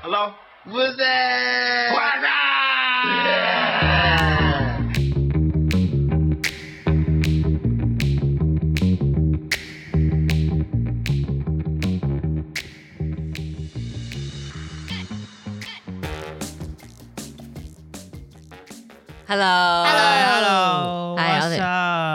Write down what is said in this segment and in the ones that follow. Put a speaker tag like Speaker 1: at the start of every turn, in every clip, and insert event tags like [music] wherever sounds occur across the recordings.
Speaker 1: Hello?
Speaker 2: What's that?
Speaker 1: What's up?
Speaker 3: Hello，
Speaker 4: Hello，
Speaker 3: 係我哋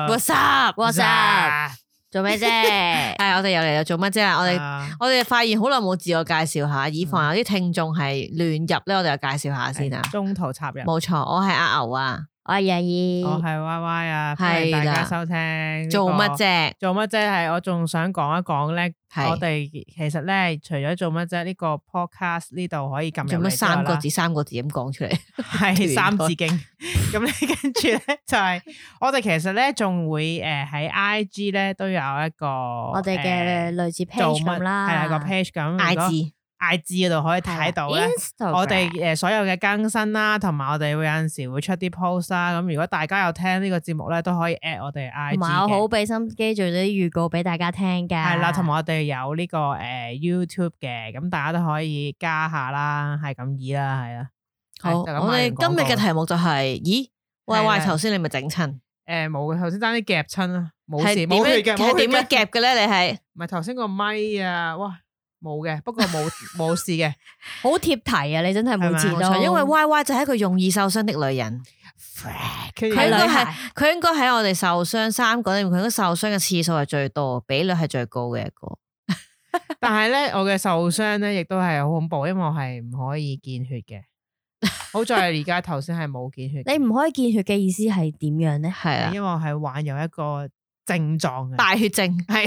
Speaker 3: What's up？What's up？做咩啫？ [laughs] 係我哋又嚟啦，做乜啫？我
Speaker 4: 啊
Speaker 3: 哋我哋發現好耐冇自我介紹下，以
Speaker 4: 嗯
Speaker 3: 防有啲聽眾係亂入咧，我哋又介紹下先啊。
Speaker 4: 中途插入，
Speaker 3: 冇錯，我係阿牛啊，
Speaker 2: 我係楊怡，
Speaker 4: 我係啊 Y Y 啊，歡迎大
Speaker 3: 係啦
Speaker 4: 家收聽。
Speaker 3: 做乜？啫？
Speaker 4: 做乜啫？係我仲想講一講咧，
Speaker 3: 係
Speaker 4: 我哋其實咧，除咗做乜啫呢個 podcast 呢度可以撳
Speaker 3: 做
Speaker 4: 入嚟之
Speaker 3: 乜
Speaker 4: 外
Speaker 3: 三個
Speaker 4: 啦
Speaker 3: 字三個字咁講出嚟？ [laughs]
Speaker 4: 係三字經。咁咧，跟住咧就係我哋其實咧仲會誒喺 I G 咧都有一個
Speaker 2: 我
Speaker 4: 我
Speaker 2: 哋嘅類似
Speaker 4: 哦做
Speaker 2: page
Speaker 4: 乜
Speaker 2: 咁啦，
Speaker 4: 係啊啦個 page 咁
Speaker 3: 嗌
Speaker 4: 如果
Speaker 3: 字
Speaker 4: I G 嗰度可以
Speaker 2: 係啦
Speaker 4: 睇到咧。
Speaker 2: Instagram
Speaker 4: 我哋誒所有嘅更新啦，同埋我哋會有陣時會出啲 post 啦。咁如果大家有聽呢個節目咧，都可以 at 我哋 IG
Speaker 2: 同埋我好
Speaker 4: 嘅。
Speaker 2: 俾心機做咗啲預告俾大家聽㗎，
Speaker 4: 係啦，同埋我哋有呢、個誒、YouTube 嘅，咁大家都可以加下啦，係咁意啦，係啦。係
Speaker 3: 好。
Speaker 4: 就咁
Speaker 3: 我哋今日嘅題目就係，咦？喂
Speaker 4: 係
Speaker 3: 喂，
Speaker 4: 啦
Speaker 3: 頭先你咪整親，
Speaker 4: 誒冇嘅，頭先爭啲夾親啦，冇
Speaker 3: 係
Speaker 4: 事
Speaker 3: 點
Speaker 4: 冇血
Speaker 3: 樣
Speaker 4: 嘅，冇
Speaker 3: 係
Speaker 4: 血
Speaker 3: 點
Speaker 4: 嘅，
Speaker 3: 樣夾嘅咧？你係
Speaker 4: 唔係頭先個咪啊，哇冇嘅，不過冇冇事
Speaker 3: [laughs]
Speaker 4: 嘅，
Speaker 2: 好貼題啊！你真係每次
Speaker 4: 係
Speaker 3: 冇
Speaker 2: 都
Speaker 3: 錯，因為 Y Y 就係一個容易受傷的女人。
Speaker 4: 跟住
Speaker 3: 佢
Speaker 2: 係
Speaker 3: 應
Speaker 2: 女
Speaker 3: 該
Speaker 2: 孩
Speaker 3: 係佢應該喺我哋受傷三個裏面，佢應該受傷嘅次數係最多，比率係最高嘅一個。
Speaker 4: 但係咧，我嘅受傷咧，亦都係好恐怖，因為我係唔可以見血嘅。好在而家頭先係冇
Speaker 3: [laughs]
Speaker 4: 見血嘅，
Speaker 2: 你唔可以見血嘅意思係點樣呢？
Speaker 3: 係啊，
Speaker 4: 因為我係患有一個症狀嘅，
Speaker 3: 敗血症 [laughs]
Speaker 4: 係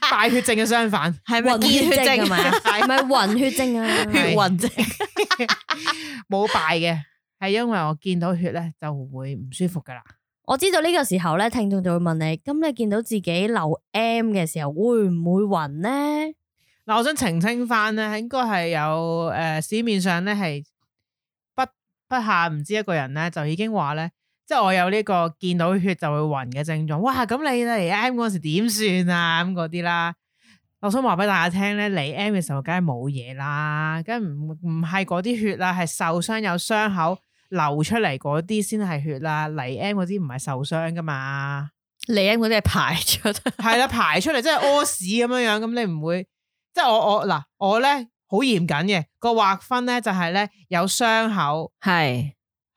Speaker 4: 敗血症嘅相反，
Speaker 3: 係咪
Speaker 2: 暈
Speaker 3: 見
Speaker 2: 血
Speaker 3: 血
Speaker 2: 症係
Speaker 3: 症
Speaker 2: [laughs] 咪啊？係咪暈血症啊？
Speaker 3: 血暈症？
Speaker 4: 冇敗嘅，係因為我見到血咧就會唔舒服噶啦。
Speaker 2: 我知道呢個時候咧，聽眾就會問你：咁你見到自己流 M 嘅時候，會唔會暈呢？
Speaker 4: 嗱，我想澄清翻咧，應該係有誒、呃市面上咧係不不下唔知一個人咧就已經話咧，即係我有呢個見到血就會暈嘅症狀。哇！咁你嚟 M 嗰時點算啊？咁嗰啲啦，我想話俾大家聽咧，嚟 M 嘅時候梗係冇嘢啦，梗係唔唔係嗰啲血啊啦，係受傷有傷口流出嚟嗰啲先係血啦，嚟 M 嗰啲唔係受傷噶嘛。
Speaker 3: 你 M 嗰啲係排出，
Speaker 4: 係啦，排出嚟即係屙屎咁樣樣，咁你唔會即係我我嗱我咧好嚴謹嘅個劃分咧就係咧有傷口
Speaker 3: 係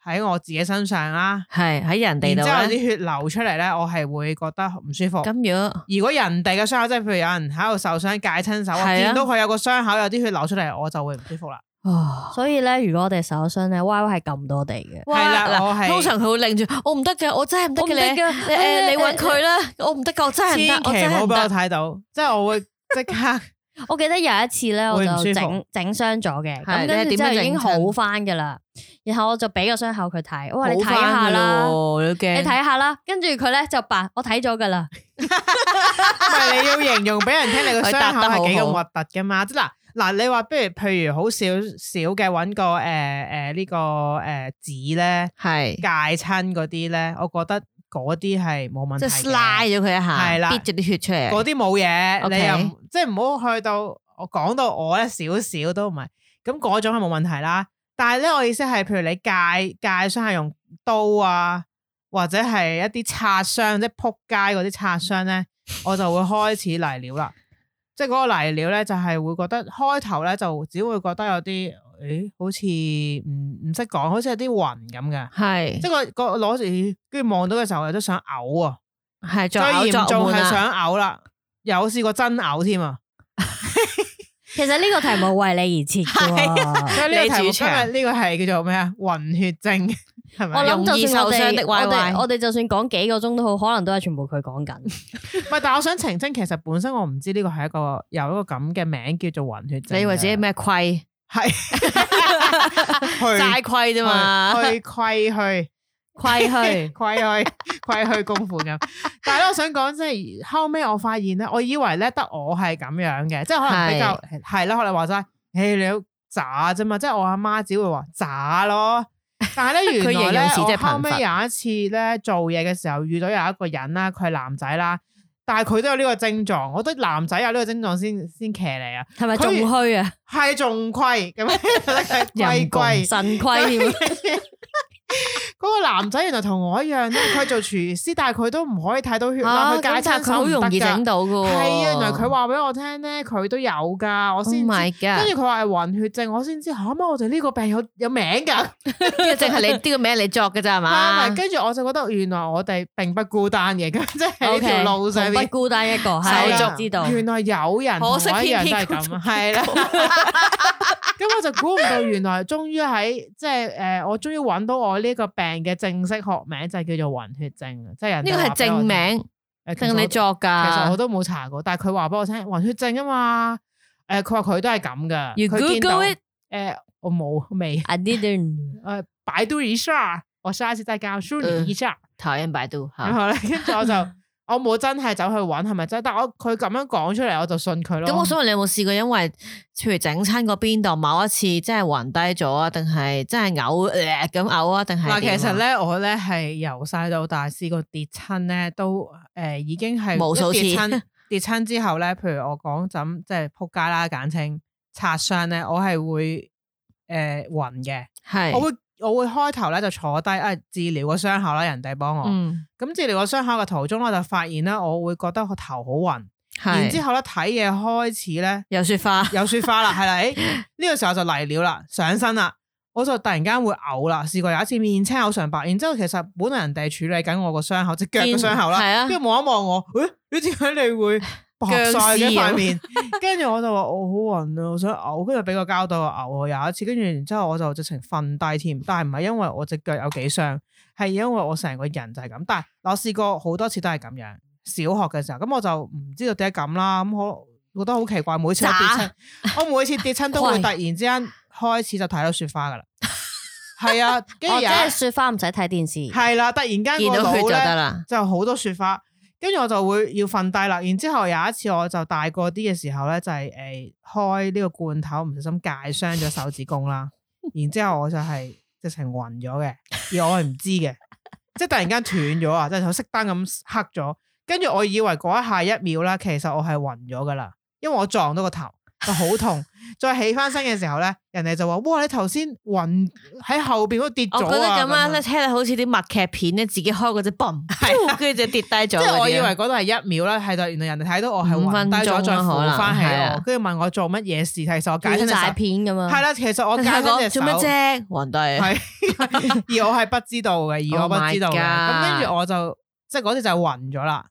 Speaker 4: 喺我自己身上啦，
Speaker 3: 係喺人
Speaker 4: 然
Speaker 3: 哋
Speaker 4: 之後
Speaker 3: 度
Speaker 4: 有
Speaker 3: 咧。
Speaker 4: 啲血流出嚟咧，我係會覺得唔舒服。
Speaker 3: 咁如果
Speaker 4: 如果人哋嘅傷口，即係譬如有人喺度受傷戒親手，我
Speaker 3: 係啊
Speaker 4: 見到佢有個傷口有啲血流出嚟，我就會唔舒服啦。
Speaker 3: 哦
Speaker 2: 所以咧，如果我哋受傷咧，Y Y 係撳唔到我哋嘅。
Speaker 4: 係啦
Speaker 3: 哇
Speaker 4: 我係
Speaker 3: 通常佢會擰住，我唔得嘅，我真係唔得
Speaker 2: 我唔得
Speaker 3: 嘅，你
Speaker 2: 㗎
Speaker 3: [laughs] 你誒
Speaker 2: ờ,
Speaker 3: 你揾佢啦，我唔得嘅，我真係唔
Speaker 4: 千
Speaker 3: 得，我
Speaker 4: 祈
Speaker 3: 真
Speaker 4: 唔
Speaker 3: 係
Speaker 4: 好
Speaker 3: 唔
Speaker 4: 俾我
Speaker 3: 得。
Speaker 4: 睇到，即係我會即刻。
Speaker 2: 我記得有一次咧，我
Speaker 4: 會唔
Speaker 2: 就
Speaker 4: 舒服
Speaker 2: 整整傷咗嘅，
Speaker 3: 係
Speaker 2: 咁
Speaker 3: 你係
Speaker 2: 跟住之後
Speaker 3: 點樣
Speaker 2: 已經
Speaker 3: 整
Speaker 2: 好
Speaker 3: 親
Speaker 2: 翻噶啦。然後我就俾個傷口佢睇，我話你
Speaker 3: 好
Speaker 2: 睇下
Speaker 3: 返㗎
Speaker 2: 啦，
Speaker 3: 咯喎，你
Speaker 2: 你
Speaker 3: 驚？
Speaker 2: 睇下啦。跟住佢咧就扮我睇咗噶啦，
Speaker 4: 唔係你要形容俾人聽你個
Speaker 3: 佢答
Speaker 4: 傷
Speaker 3: 得
Speaker 4: 口
Speaker 3: 好好
Speaker 4: 係幾咁核突噶嘛？即係嗱嗱，你話不如譬如好少少嘅揾個誒誒呢個誒紙咧
Speaker 3: 係
Speaker 4: 戒親嗰啲咧，我覺得嗰啲係冇問題
Speaker 3: 即
Speaker 4: 嘅。
Speaker 3: 係 slide 咗佢一下，
Speaker 4: 係啦
Speaker 3: 逼咗啲血出嚟。
Speaker 4: 嗰啲冇嘢，
Speaker 3: OK
Speaker 4: 你又唔即係唔好去到我講到我咧少少都唔係，咁嗰種係冇問題啦。但係咧，我意思係，譬如你戒戒傷係用刀啊，或者係一啲擦傷，即係撲街嗰啲擦傷咧，我就會開始嚟料啦。即係嗰個嚟料咧，就係會覺得開頭咧就只會覺得有啲，誒，好似唔唔識講，好似有啲暈咁嘅。
Speaker 3: 係
Speaker 4: 即係個個攞住，跟住望到嘅時候，有都想嘔啊！
Speaker 3: 係
Speaker 4: 最
Speaker 3: 作嘔
Speaker 4: 嚴
Speaker 3: 作
Speaker 4: 重
Speaker 3: 悶
Speaker 4: 係
Speaker 3: 啦
Speaker 4: 想嘔啦，有試過真嘔添
Speaker 3: [laughs]
Speaker 4: 啊！
Speaker 2: 其實呢個題目為你而
Speaker 4: [laughs]
Speaker 2: 設嘅。
Speaker 4: 所以呢個題目
Speaker 3: 你主
Speaker 4: 今
Speaker 3: 場
Speaker 4: 日呢個係叫做咩啊？暈血症 [laughs] 係
Speaker 2: 我
Speaker 4: 咪？
Speaker 2: 諗
Speaker 3: 容易
Speaker 2: 就算我
Speaker 3: 受傷
Speaker 2: 哋
Speaker 3: 的
Speaker 2: 我
Speaker 3: YY
Speaker 2: 哋我哋就算講幾個鐘都好，可能都係全部佢講緊。
Speaker 4: 唔係，但係我想澄清，其實本身我唔知呢個係一個有一個咁嘅名叫做暈血症嘅。
Speaker 3: 你以為自己咩虧？
Speaker 4: 係
Speaker 3: 齋
Speaker 4: 去
Speaker 3: 虧啫嘛，
Speaker 4: 去去
Speaker 3: [laughs]
Speaker 4: 虧去。[laughs]
Speaker 2: 虧虛
Speaker 4: 愧去愧去公款咁。但係咧，我想講即係後尾我發現咧，我以為咧得我係咁樣嘅，即係可能比較係啦。可能話齋，誒你好渣啫嘛，即係我阿媽只會話渣咯。
Speaker 3: [laughs]
Speaker 4: 但係咧，
Speaker 3: 佢
Speaker 4: 原來咧，
Speaker 3: 形容詞即係
Speaker 4: 我
Speaker 3: 貧乏
Speaker 4: 後尾有一次咧做嘢嘅時候遇到有一個人啦，佢係男仔啦，但係佢都有呢個症狀，我覺得男仔有呢個症狀先先騎呢啊，
Speaker 2: 系咪仲虛啊？
Speaker 4: 係仲虧咁樣，貴
Speaker 3: 陰公
Speaker 4: 貴。
Speaker 2: 腎虧添，啊
Speaker 4: 嗰個男仔原來同我一樣
Speaker 3: [laughs]
Speaker 4: 咧，佢係做廚師，但係佢都唔可以睇到血啦，
Speaker 3: 啊
Speaker 4: 佢戒
Speaker 3: 咁
Speaker 4: 親
Speaker 3: 但係
Speaker 4: 手
Speaker 3: 佢好
Speaker 4: 唔
Speaker 3: 容易
Speaker 4: 得㗎
Speaker 3: 整到噶喎。
Speaker 4: 係啊，原來佢話俾我聽咧，佢都有㗎，我
Speaker 3: Oh
Speaker 4: 先知。
Speaker 3: my god！
Speaker 4: 跟住佢話係暈血症，我先知嚇乜、我哋呢個病有有名
Speaker 3: [laughs]
Speaker 4: 㗎。
Speaker 3: 呢個淨係你呢個名你作嘅咋係嘛
Speaker 4: 啊，？跟住我就覺得原來我哋並不孤單嘅，咁即 [laughs] 係呢
Speaker 2: OK，
Speaker 4: 條路上
Speaker 2: 同
Speaker 4: 面
Speaker 2: 不。孤單一個，
Speaker 4: 係
Speaker 2: 係
Speaker 4: 啦
Speaker 2: 我知道。
Speaker 4: 原來有人同我
Speaker 3: 啊可
Speaker 4: 一
Speaker 3: 惜
Speaker 4: 樣都
Speaker 3: 偏
Speaker 4: [laughs]
Speaker 3: 偏
Speaker 4: 係咁，係啦。咁我就估唔到，原來終於喺即係誒，呃我終於揾到我呢個病嘅正式學名，就係叫做暈血症啊！即係人
Speaker 3: 呢個
Speaker 4: 哋
Speaker 3: 係
Speaker 4: 話俾我
Speaker 3: 正
Speaker 4: 聽
Speaker 3: 名
Speaker 4: 誒
Speaker 3: 定係你啊
Speaker 4: 其實
Speaker 3: 作
Speaker 4: 我其實我
Speaker 3: 㗎？
Speaker 4: 都冇查過，但係佢話俾我聽暈血症啊嘛。誒，佢話佢都係咁噶。
Speaker 3: You
Speaker 4: 佢見到
Speaker 3: Google it？
Speaker 4: 誒，我冇未
Speaker 2: I didn't。
Speaker 4: 誒，百度一下，我下次再教書
Speaker 3: 嗯
Speaker 4: 你一下。
Speaker 3: 台人百度
Speaker 4: 然
Speaker 3: 嚇。 [laughs]
Speaker 4: 後咧，跟住我就我冇真係走去揾係咪真，但我佢咁樣講出嚟，我就信佢咯。
Speaker 3: 咁我想問你有冇試過因為譬如整親個邊度某一次真係暈低咗啊，定係真係嘔呃咁嘔啊，定係
Speaker 4: 嗱，其
Speaker 3: 點啊
Speaker 4: 實咧，我咧係由細到大試過跌親咧，都誒、呃已經係
Speaker 3: 無數次
Speaker 4: 一跌
Speaker 3: [laughs]
Speaker 4: 親跌親之後咧，譬如我講枕即係撲街啦，簡稱擦傷咧，我係會誒暈嘅，我
Speaker 3: 係
Speaker 4: 會我會開頭咧就坐低啊治療個傷口啦，人哋幫我。
Speaker 3: 嗯
Speaker 4: 咁、治療個傷口嘅途中，我就發現咧，我會覺得個頭好暈，然之
Speaker 3: 係
Speaker 4: 後咧睇嘢開始咧。
Speaker 3: 有雪花
Speaker 4: 有雪花啦，係啦，
Speaker 3: [laughs]
Speaker 4: 誒
Speaker 3: 嗯
Speaker 4: 呢個時候就嚟了啦，上身啦，我就突然間會嘔啦，試過有一次面青口唇白，然之後其實本來人哋處理緊我個傷口，隻腳嘅傷口
Speaker 3: 係
Speaker 4: 啦，
Speaker 3: 啊
Speaker 4: 跟住望一望我，誒你點解你
Speaker 3: [laughs]
Speaker 4: 會白晒嘅
Speaker 3: 僵屍啊
Speaker 4: 塊面？跟住我就話我好暈啊，我想嘔，跟住俾個膠袋我嘔我有一次，跟住然之後我就直情瞓低添，但係唔係因為我隻腳有幾傷，係因為我成個人就係咁，但係我試過好多次都係咁樣。小學嘅時候，咁我就唔知道點解咁啦，咁我覺得好奇怪，每次我跌親，我每次跌親都會
Speaker 3: [laughs]
Speaker 2: 貴
Speaker 4: 突然之間開始就睇到雪花噶啦，係啊，跟住有
Speaker 2: 哦，即
Speaker 4: 一
Speaker 2: 係雪花唔使睇電視。
Speaker 4: 係啦，突然間
Speaker 3: 見
Speaker 4: 個
Speaker 3: 到血就
Speaker 4: 腦
Speaker 3: 得
Speaker 4: 咧
Speaker 3: 啦。
Speaker 4: 就好多雪花，跟住我就會要瞓低啦。然之後有一次我就大個啲嘅時候咧，就係、誒、開呢個罐頭唔小心界傷咗手指公啦，然之後我就係直情暈咗嘅，而我係唔知嘅，即係突然間斷咗啊，即係好熄燈咁黑咗。跟住我以為嗰一下一秒啦，其實我係暈咗噶啦，因為我撞到個頭。就好痛，再起翻身嘅時候咧，人哋就話：哇！你頭先暈喺後邊嗰度跌
Speaker 3: 我
Speaker 4: 咗
Speaker 3: 覺得
Speaker 4: 啊！
Speaker 3: 咁樣
Speaker 4: 樣
Speaker 3: 咧，聽到好似啲默劇片咧，自己開嗰隻泵，跟住就跌低咗嗰啲
Speaker 4: 即
Speaker 3: 啊。
Speaker 4: 係我以為嗰度係一秒啦，係就原來人哋睇到我係
Speaker 3: 五
Speaker 4: 暈
Speaker 3: 分
Speaker 4: 低
Speaker 3: 鐘啦啊
Speaker 4: 咗，再扶翻
Speaker 3: 可能
Speaker 4: 起
Speaker 3: 係啊
Speaker 4: 我，跟住問我做乜嘢事，其實我解親
Speaker 2: 古
Speaker 4: 隻
Speaker 2: 仔
Speaker 4: 手，
Speaker 2: 片咁啊樣。
Speaker 4: 係，啦，其實我解
Speaker 3: 但 [laughs]
Speaker 4: 親
Speaker 3: 係講
Speaker 4: 隻
Speaker 3: 做
Speaker 4: 手
Speaker 3: 乜，啫？皇帝
Speaker 4: 係 [laughs] 而我係不知道嘅，而我
Speaker 3: Oh
Speaker 4: 不
Speaker 3: my
Speaker 4: 知道嘅，咁
Speaker 3: God
Speaker 4: 跟住我就即係嗰次就暈咗啦，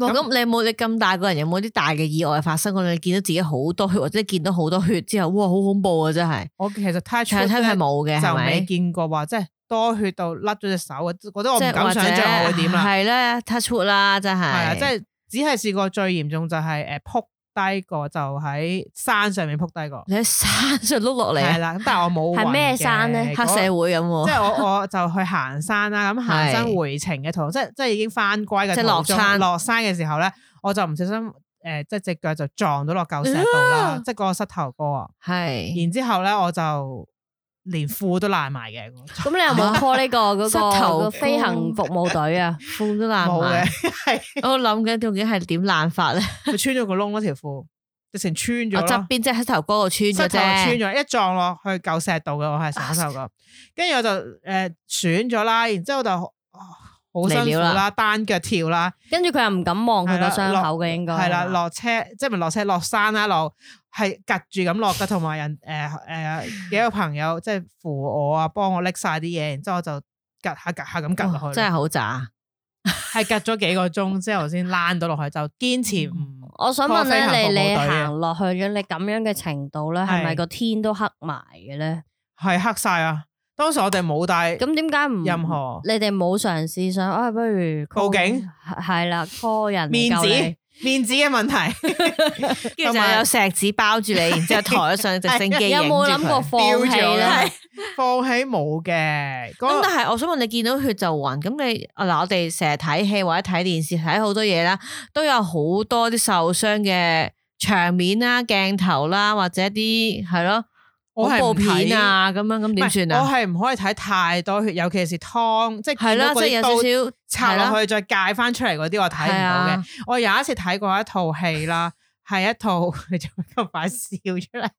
Speaker 3: 哇！
Speaker 4: 咁
Speaker 3: 咁你有冇你咁大個人有冇啲大嘅意外發生過？你見到自己好多血，或者見到好多血之後，哇！好恐怖啊！真係，
Speaker 4: 我其實 touch
Speaker 3: 睇睇係
Speaker 4: wood 呢
Speaker 3: 冇嘅，係
Speaker 4: 就未
Speaker 3: 咪？
Speaker 4: 見過話即係多血到甩咗隻手啊，覺得我唔
Speaker 3: 即係
Speaker 4: 敢想象我會點啦，係
Speaker 3: 係咧，touch wood 啦，真係。
Speaker 4: 啊，即係只係試過最嚴重就係誒撲低過，就喺山上面撲低過，
Speaker 3: 你喺山上碌落嚟
Speaker 4: 係
Speaker 3: 啊，
Speaker 4: 啦，咁但係我冇
Speaker 2: 係咩
Speaker 4: 暈嘅
Speaker 2: 山呢
Speaker 3: 黑
Speaker 4: 嗰
Speaker 3: 社會咁
Speaker 4: 即
Speaker 3: 喎，
Speaker 4: 係我 [laughs] 我就去行山啦，咁行山回程嘅途中，即係即係已經翻歸嘅途中
Speaker 3: 即係落山
Speaker 4: 落山嘅時候咧，我就唔小心誒、呃即係只腳就撞到落嚿石度啦，即係個膝頭哥啊。
Speaker 3: 係
Speaker 4: 然之後咧，我就連褲都爛埋嘅，
Speaker 2: 咁你有冇 call 呢個
Speaker 3: 膝
Speaker 2: 嗰
Speaker 3: 頭
Speaker 2: 個
Speaker 3: 哥
Speaker 2: 個飛行服務隊啊？
Speaker 3: 褲都爛
Speaker 4: 冇嘅
Speaker 3: 埋。，我諗緊究竟係點爛法咧？
Speaker 4: 佢穿咗個窿嗰條褲，直情穿
Speaker 3: 我
Speaker 4: 咗
Speaker 3: 側
Speaker 4: 咯。
Speaker 3: 邊即係膝頭哥度穿
Speaker 4: 膝頭
Speaker 3: 咗
Speaker 4: 就穿
Speaker 3: 啫，
Speaker 4: 咗，一撞落去嚿石度嘅，我係手手個，跟住我就誒損咗啦，然之後我就哦好辛
Speaker 3: 嚟
Speaker 4: 苦
Speaker 3: 了啦
Speaker 4: 啦，單腳跳啦，
Speaker 2: 跟住佢又唔敢望佢個傷口嘅，應該
Speaker 4: 係啦，落車即係咪落車落山啦，落係隔住咁落嘅，同埋人誒誒幾個朋友即係扶我啊，幫我拎晒啲嘢，然之後我就趌下趌下咁趌落
Speaker 3: 哇
Speaker 4: 去，
Speaker 3: 真係好渣。
Speaker 4: 係趌咗幾個鐘之後先躝到落去，就堅持
Speaker 3: 嗯
Speaker 4: 唔
Speaker 2: 我想問咧，
Speaker 4: 個飛行服務
Speaker 2: 你
Speaker 4: 隊
Speaker 2: 你
Speaker 4: 啊
Speaker 2: 行落去咗，你咁樣嘅程度咧，係咪
Speaker 4: 係
Speaker 2: 個天都黑埋嘅咧？
Speaker 4: 係黑晒啊！當時我哋冇帶
Speaker 2: 咁點解唔
Speaker 4: 任何
Speaker 2: 你哋冇嘗試想啊？不如 call-
Speaker 4: 報警
Speaker 2: 係係啦，call 人嚟
Speaker 4: 面
Speaker 2: 救
Speaker 4: 子
Speaker 2: 你
Speaker 4: 面子嘅問題，
Speaker 3: [laughs] 跟住就
Speaker 4: 同埋
Speaker 3: 有石子包住你，然之後抬咗上直 [laughs] 升機。
Speaker 2: 有冇諗
Speaker 3: 影住
Speaker 2: 過
Speaker 3: 佢
Speaker 2: 放
Speaker 4: 標
Speaker 2: 棄
Speaker 4: 咗
Speaker 2: 咧
Speaker 4: 啦？，放棄冇嘅。嗰
Speaker 3: 咁但係我想問你，見到血就暈，咁你啊嗱我哋成日睇戲或者睇電視睇好多嘢啦，都有好多啲受傷嘅場面啦、鏡頭啦，或者啲係咯，
Speaker 4: 我係
Speaker 3: 恐怖
Speaker 4: 唔睇
Speaker 3: 片啊，咁樣咁點算
Speaker 4: 唔係
Speaker 3: 啊？
Speaker 4: 我係唔可以睇太多血，尤其是湯，即係
Speaker 3: 係啦，即係
Speaker 4: 係
Speaker 3: 有少少
Speaker 4: 插
Speaker 3: 係啦
Speaker 4: 落去再戒翻出嚟嗰啲，我睇唔
Speaker 3: 係
Speaker 4: 到嘅
Speaker 3: 啊。
Speaker 4: 我有一次睇過一套戲
Speaker 3: [laughs]
Speaker 4: 啦，係一套 [laughs] 你做乜咁快笑出嚟？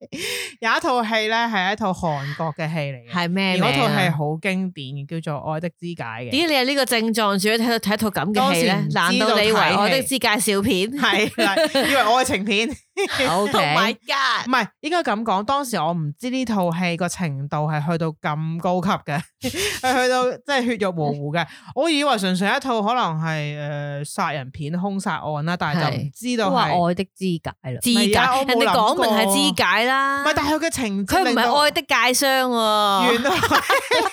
Speaker 4: 有一套戲咧係一套韓國嘅戲嚟嘅，
Speaker 3: 係
Speaker 4: 而
Speaker 3: 咩名啊？
Speaker 4: 嗰套戲好經典嘅，叫做《愛的肢解》嘅。
Speaker 3: 點解你係呢個症狀住睇睇套咁嘅戲咧？
Speaker 4: 當時唔
Speaker 3: 難
Speaker 4: 知道
Speaker 3: 道你以為
Speaker 4: 睇戲
Speaker 3: 我的知介紹片
Speaker 4: 係啦，以為愛情片，唔
Speaker 3: [laughs] ？O
Speaker 4: Oh
Speaker 3: K，
Speaker 4: 係應該咁講。當時我唔知呢套戲個程度係去到咁高級嘅， [laughs] 係去到即係血肉模糊嘅。我以為純粹一套可能係誒呃殺人片、兇殺案啦，但係就唔知道
Speaker 2: 都
Speaker 4: 係
Speaker 2: 話愛的肢解啦。
Speaker 3: 肢解，
Speaker 4: 係啊我冇
Speaker 3: 人哋講明係肢解啦
Speaker 4: 唔。係，但係佢嘅情節
Speaker 3: 佢唔
Speaker 4: 令到
Speaker 3: 係愛的界傷喎，
Speaker 4: 原來
Speaker 3: [laughs]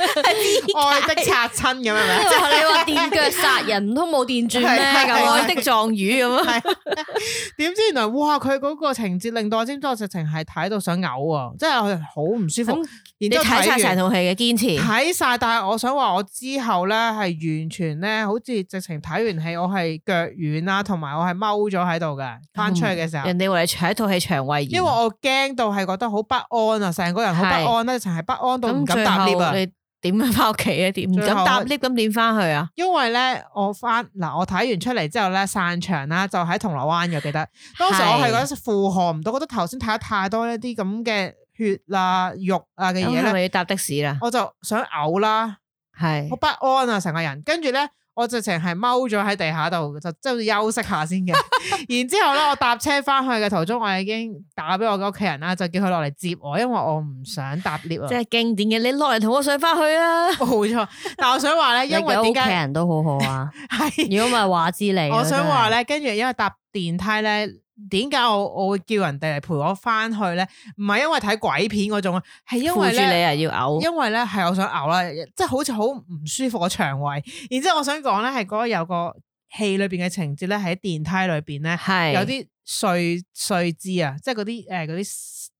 Speaker 4: 愛的拆親咁樣係咪？
Speaker 2: 即係你話電腳殺人，唔通冇電鑽咩？
Speaker 4: 係係啊
Speaker 2: 咁
Speaker 3: 愛
Speaker 2: 愛
Speaker 3: 的撞魚咁啊！
Speaker 4: 係點知原來哇！佢嗰個情節令到我知唔知我直情係睇到想嘔啊！即係佢好唔舒服
Speaker 3: 咁。
Speaker 4: 然
Speaker 3: 你
Speaker 4: 之後
Speaker 3: 睇晒
Speaker 4: 睇
Speaker 3: 成
Speaker 4: 完
Speaker 3: 套戲嘅堅持，
Speaker 4: 睇晒，但係我想話我之後咧係完全咧，好似直情睇完戲，我係腳軟啦，同埋我係踎咗喺度嘅。翻出去嘅時候，
Speaker 3: 嗯人哋話你睇套戲腸胃炎，
Speaker 4: 啊因為我驚到係覺得好不安啊，成個人好不安咧，直情係不安到唔
Speaker 3: 咁
Speaker 4: 敢
Speaker 3: 最
Speaker 4: 搭 lift 啊
Speaker 3: 後！你點樣翻屋企啊？點唔
Speaker 4: 最後
Speaker 3: 敢搭 lift 咁點翻去啊？
Speaker 4: 因為咧，我翻嗱，我睇完出嚟之後咧，散場啦，就喺銅鑼灣嘅，記得當時我係覺得負荷唔到，覺得頭先睇得太多呢啲咁嘅血啊、肉啊嘅嘢
Speaker 3: 咁哦係
Speaker 4: 咧，
Speaker 3: 咪要搭的士啦？
Speaker 4: 我就想嘔啦，
Speaker 3: 係
Speaker 4: 好。不安啊，成個人。跟住咧，我直情係踎咗喺地下度，就即係休息下先嘅。然之後咧，我搭車翻去嘅途中，我已經打俾我嘅屋企人啦，就叫佢落嚟接我，因為我唔想搭 lift
Speaker 3: 即
Speaker 4: 啊。
Speaker 3: 係經典嘅，你落嚟同我上翻去啊！
Speaker 4: [laughs] 冇錯，但我想話咧，因
Speaker 2: 你嘅
Speaker 4: 為
Speaker 2: 屋
Speaker 4: 點
Speaker 2: 企
Speaker 4: 解
Speaker 2: 人都好好啊。
Speaker 4: [laughs] 係
Speaker 2: 如果唔係話知你，啊
Speaker 4: 我想話，咧，跟住因為搭電梯咧，點解我我會叫人哋嚟陪我翻去咧？唔係因為睇鬼片嗰種啊，係因
Speaker 3: 扶
Speaker 4: 為
Speaker 3: 住你
Speaker 4: 咧，
Speaker 3: 啊，要嘔。
Speaker 4: 因為咧係我想嘔啦，即係好似好唔舒服個腸胃。然之後我想講咧，係嗰個有個戲裏邊嘅情節咧，喺電梯裏邊咧
Speaker 3: 係
Speaker 4: 有啲碎碎枝啊，即係嗰啲誒嗰啲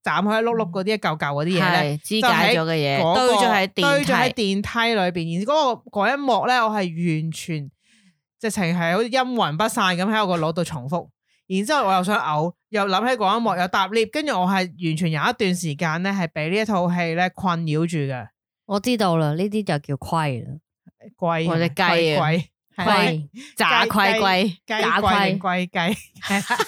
Speaker 4: 斬開一碌碌嗰啲一嚿嚿嗰啲嘢咧。
Speaker 3: 係肢解咗嘅嘢，
Speaker 4: 嗰個
Speaker 3: 堆咗喺
Speaker 4: 堆咗
Speaker 3: 電
Speaker 4: 喺
Speaker 3: 梯。
Speaker 4: 電梯裏邊，然之嗰、個嗰一幕咧，我係完全直情係好似陰魂不散咁喺我個腦度重複。然之後我又想嘔，又諗起嗰一幕，又搭 lift，跟住我係完全有一段時間咧係俾呢一套戲咧困擾住嘅，
Speaker 2: 我知道啦，呢啲就叫虧啦，
Speaker 4: 貴
Speaker 3: 或者雞啊
Speaker 4: 貴貴
Speaker 2: 虧
Speaker 3: 炸
Speaker 4: 雞
Speaker 3: 虧龜，
Speaker 4: 雞貴
Speaker 2: 打虧
Speaker 4: 定貴
Speaker 3: [laughs]
Speaker 4: 雞，係啦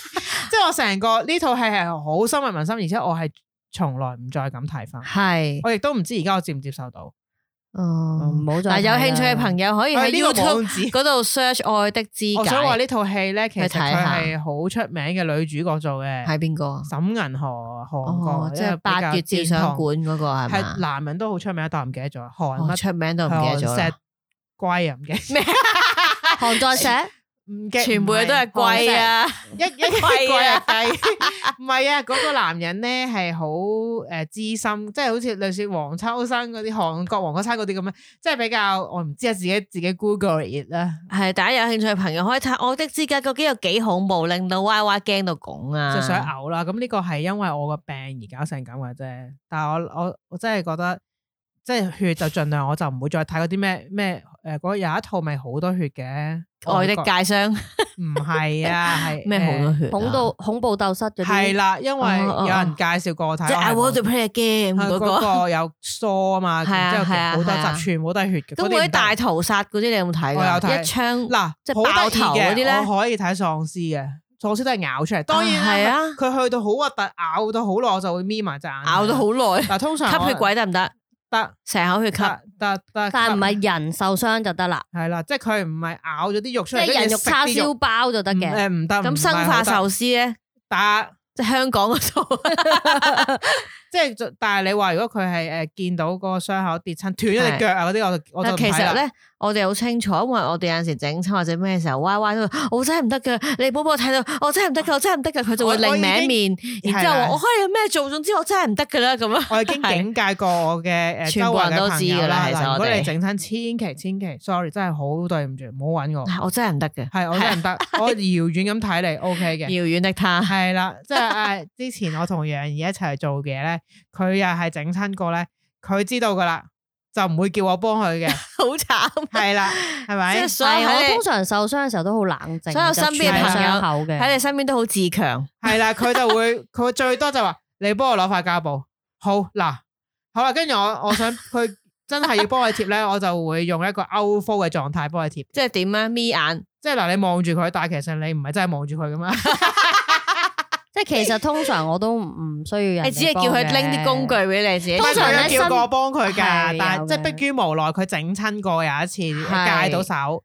Speaker 4: 即係我成個呢套戲係好深入民心，而且我係從來唔再咁睇翻，
Speaker 3: 係。
Speaker 4: 我亦都唔知而家我接唔接受
Speaker 3: [laughs]
Speaker 4: 到。
Speaker 2: 哦，唔好再
Speaker 3: 嗱，有興趣嘅朋友可以喺
Speaker 4: 呢個
Speaker 3: YouTube
Speaker 4: 網址。
Speaker 3: 嗰度 search《愛的肢解
Speaker 4: 我想話》，呢套戲咧，其實
Speaker 3: 去睇
Speaker 4: 佢
Speaker 3: 下
Speaker 4: 係好出名嘅女主角做嘅，
Speaker 3: 係邊個啊？
Speaker 4: 沈銀河韓
Speaker 3: 哦
Speaker 4: 國，，
Speaker 3: 即係八月照相館嗰個係
Speaker 4: 係
Speaker 3: 嘛？
Speaker 4: 男人都好出名，但我唔記得咗韓
Speaker 3: 哦
Speaker 4: 乜
Speaker 3: 出名都唔記得咗
Speaker 4: 韓石
Speaker 3: 啦。
Speaker 4: 龜啊，唔記得
Speaker 3: 咩？
Speaker 2: 韓在石，
Speaker 4: 唔記得，
Speaker 3: 全部嘢都係貴啊！
Speaker 4: 一
Speaker 3: [laughs]
Speaker 4: 一一
Speaker 3: 貴
Speaker 4: 貴啊
Speaker 3: 啊
Speaker 4: 低， [laughs] 唔係啊，嗰個男人咧係好誒資深，即係好似類似黃秋生嗰啲韓國黃國差嗰啲咁樣，即係比較我唔知啊，自己自己 Google it 啦，
Speaker 3: 係大家有興趣嘅朋友可以睇《愛的肢解》，究竟有幾恐怖，令到 Y Y 驚到拱啊！
Speaker 4: 就想嘔啦。咁呢個係因為我個病而搞成咁嘅啫。但係我我我真係覺得，即係血就盡量我就唔會再睇嗰啲咩咩誒嗰有一套咪好多血嘅
Speaker 3: 愛的
Speaker 4: 韓國
Speaker 3: 界傷
Speaker 4: 唔係啊，係
Speaker 3: [laughs] 咩好多
Speaker 4: 誒
Speaker 3: 血啊？
Speaker 2: 恐到恐怖鬥室嗰啲，
Speaker 4: 係啦，因為
Speaker 3: 哦哦
Speaker 4: 有人介紹過我睇，
Speaker 3: 即係 I
Speaker 4: 我
Speaker 3: want
Speaker 4: 係
Speaker 3: to play a game
Speaker 4: 係
Speaker 3: 嗰個。
Speaker 4: 嗰個有梳啊嘛，
Speaker 3: [laughs] 係啊
Speaker 4: 然之後其
Speaker 3: 係啊
Speaker 4: 實好
Speaker 3: 係
Speaker 4: 多
Speaker 3: 啊
Speaker 4: 集全部都係血嘅。嗰
Speaker 3: 咁
Speaker 4: 啲
Speaker 3: 嗰啲
Speaker 4: 唔
Speaker 3: 大
Speaker 4: 得
Speaker 3: 屠殺嗰啲你有冇睇㗎？
Speaker 4: 我有睇
Speaker 3: 一槍
Speaker 4: 嗱，
Speaker 3: 即係
Speaker 4: 好得意
Speaker 3: 爆頭
Speaker 4: 嘅
Speaker 3: 嗰啲咧
Speaker 4: 我可以睇喪屍嘅，喪屍都係咬出嚟。當然啦
Speaker 3: 係啊
Speaker 4: 佢去到好核突，咬到好耐，我就會眯埋隻眼。
Speaker 3: 咬到好耐，
Speaker 4: 嗱，通常
Speaker 3: 吸
Speaker 4: 我
Speaker 3: 血鬼得唔得？
Speaker 4: 得
Speaker 3: 成口血吸，
Speaker 4: 得得得，
Speaker 2: 但係唔係人受傷就得啦，
Speaker 4: 係啦，即係佢唔係咬咗啲肉出
Speaker 2: 即
Speaker 4: 嚟，
Speaker 2: 係人肉叉燒
Speaker 4: 燒
Speaker 2: 包就得嘅。
Speaker 4: 誒唔得，唔
Speaker 3: 咁
Speaker 4: 係
Speaker 3: 生化
Speaker 4: 好
Speaker 3: 壽司咧，
Speaker 4: 得得，
Speaker 3: 即係香港嗰度，
Speaker 4: 即係就但係你話如果佢係誒見到個傷口跌親斷咗隻腳啊嗰啲，我就我就
Speaker 3: [laughs] 但
Speaker 4: 唔
Speaker 3: 其
Speaker 4: 睇
Speaker 3: 實
Speaker 4: 啦。
Speaker 3: 咧，我哋好清楚，因為我哋有陣時整親或者咩時候歪歪都話，我真係唔得㗎，你寶寶睇到我真係唔得㗎，我真係唔得㗎，佢就會
Speaker 4: 我我已
Speaker 3: 另
Speaker 4: 經
Speaker 3: 名面，然之後
Speaker 4: 係啦
Speaker 3: 話我可以有咩做，總之我真係唔得㗎啦咁啊。 [laughs]
Speaker 4: 我已經警戒過我嘅誒
Speaker 3: 全
Speaker 4: 周
Speaker 3: 部
Speaker 4: 圍
Speaker 3: 人
Speaker 4: 嘅
Speaker 3: 都
Speaker 4: 朋
Speaker 3: 知
Speaker 4: 友
Speaker 3: 㗎啦
Speaker 4: 啦。
Speaker 3: 其實
Speaker 4: 嗱如
Speaker 3: 我
Speaker 4: 果
Speaker 3: 哋
Speaker 4: 你整親，千祈千祈，sorry，真係好對唔住，唔好
Speaker 3: [laughs]
Speaker 4: 揾我。
Speaker 3: 我真係唔得嘅，
Speaker 4: 係我真係
Speaker 3: [laughs]
Speaker 4: 唔得，我遙遠咁睇你 OK 嘅。
Speaker 3: 遙遠的他，
Speaker 4: 係啦，即係誒，之前我同楊怡一齊做嘅咧，佢又係整親過咧，佢知道噶啦，就唔會叫我幫佢
Speaker 2: [laughs]
Speaker 4: 嘅，
Speaker 3: 好慘。
Speaker 4: 係啦，係
Speaker 3: 即
Speaker 4: 咪
Speaker 3: 係？所有
Speaker 2: 係
Speaker 3: 喺
Speaker 2: 我
Speaker 3: 你
Speaker 2: 通常受傷嘅時候都好冷靜，
Speaker 3: 所有身邊
Speaker 4: 嘅朋友
Speaker 2: 傷口
Speaker 3: 喺
Speaker 2: 嘅，
Speaker 3: 你身邊都好自強，
Speaker 4: 係啦，佢就會，佢最多就話你幫我攞塊膠布，好嗱，好啦，跟住我我想佢真係要幫佢貼
Speaker 2: [laughs]
Speaker 4: 咧，我就會用一個 out full 嘅狀態幫佢貼。
Speaker 3: 即係點咧？眯眼，
Speaker 4: 即係嗱，你望住佢，但係其實你唔係真係望住佢噶
Speaker 2: [laughs]
Speaker 4: 嘛。
Speaker 2: 即係其實通常我都唔需要人，
Speaker 3: 你只係叫佢拎啲工。具俾你自己。
Speaker 2: 通常
Speaker 4: 咧
Speaker 2: 咧
Speaker 4: 叫
Speaker 2: 身
Speaker 4: 過幫佢㗎，
Speaker 2: 係
Speaker 4: 但係
Speaker 2: 有
Speaker 4: 即係
Speaker 2: 嘅
Speaker 4: 迫於無奈，佢整親過有一次
Speaker 2: 係
Speaker 4: 戒到手，咁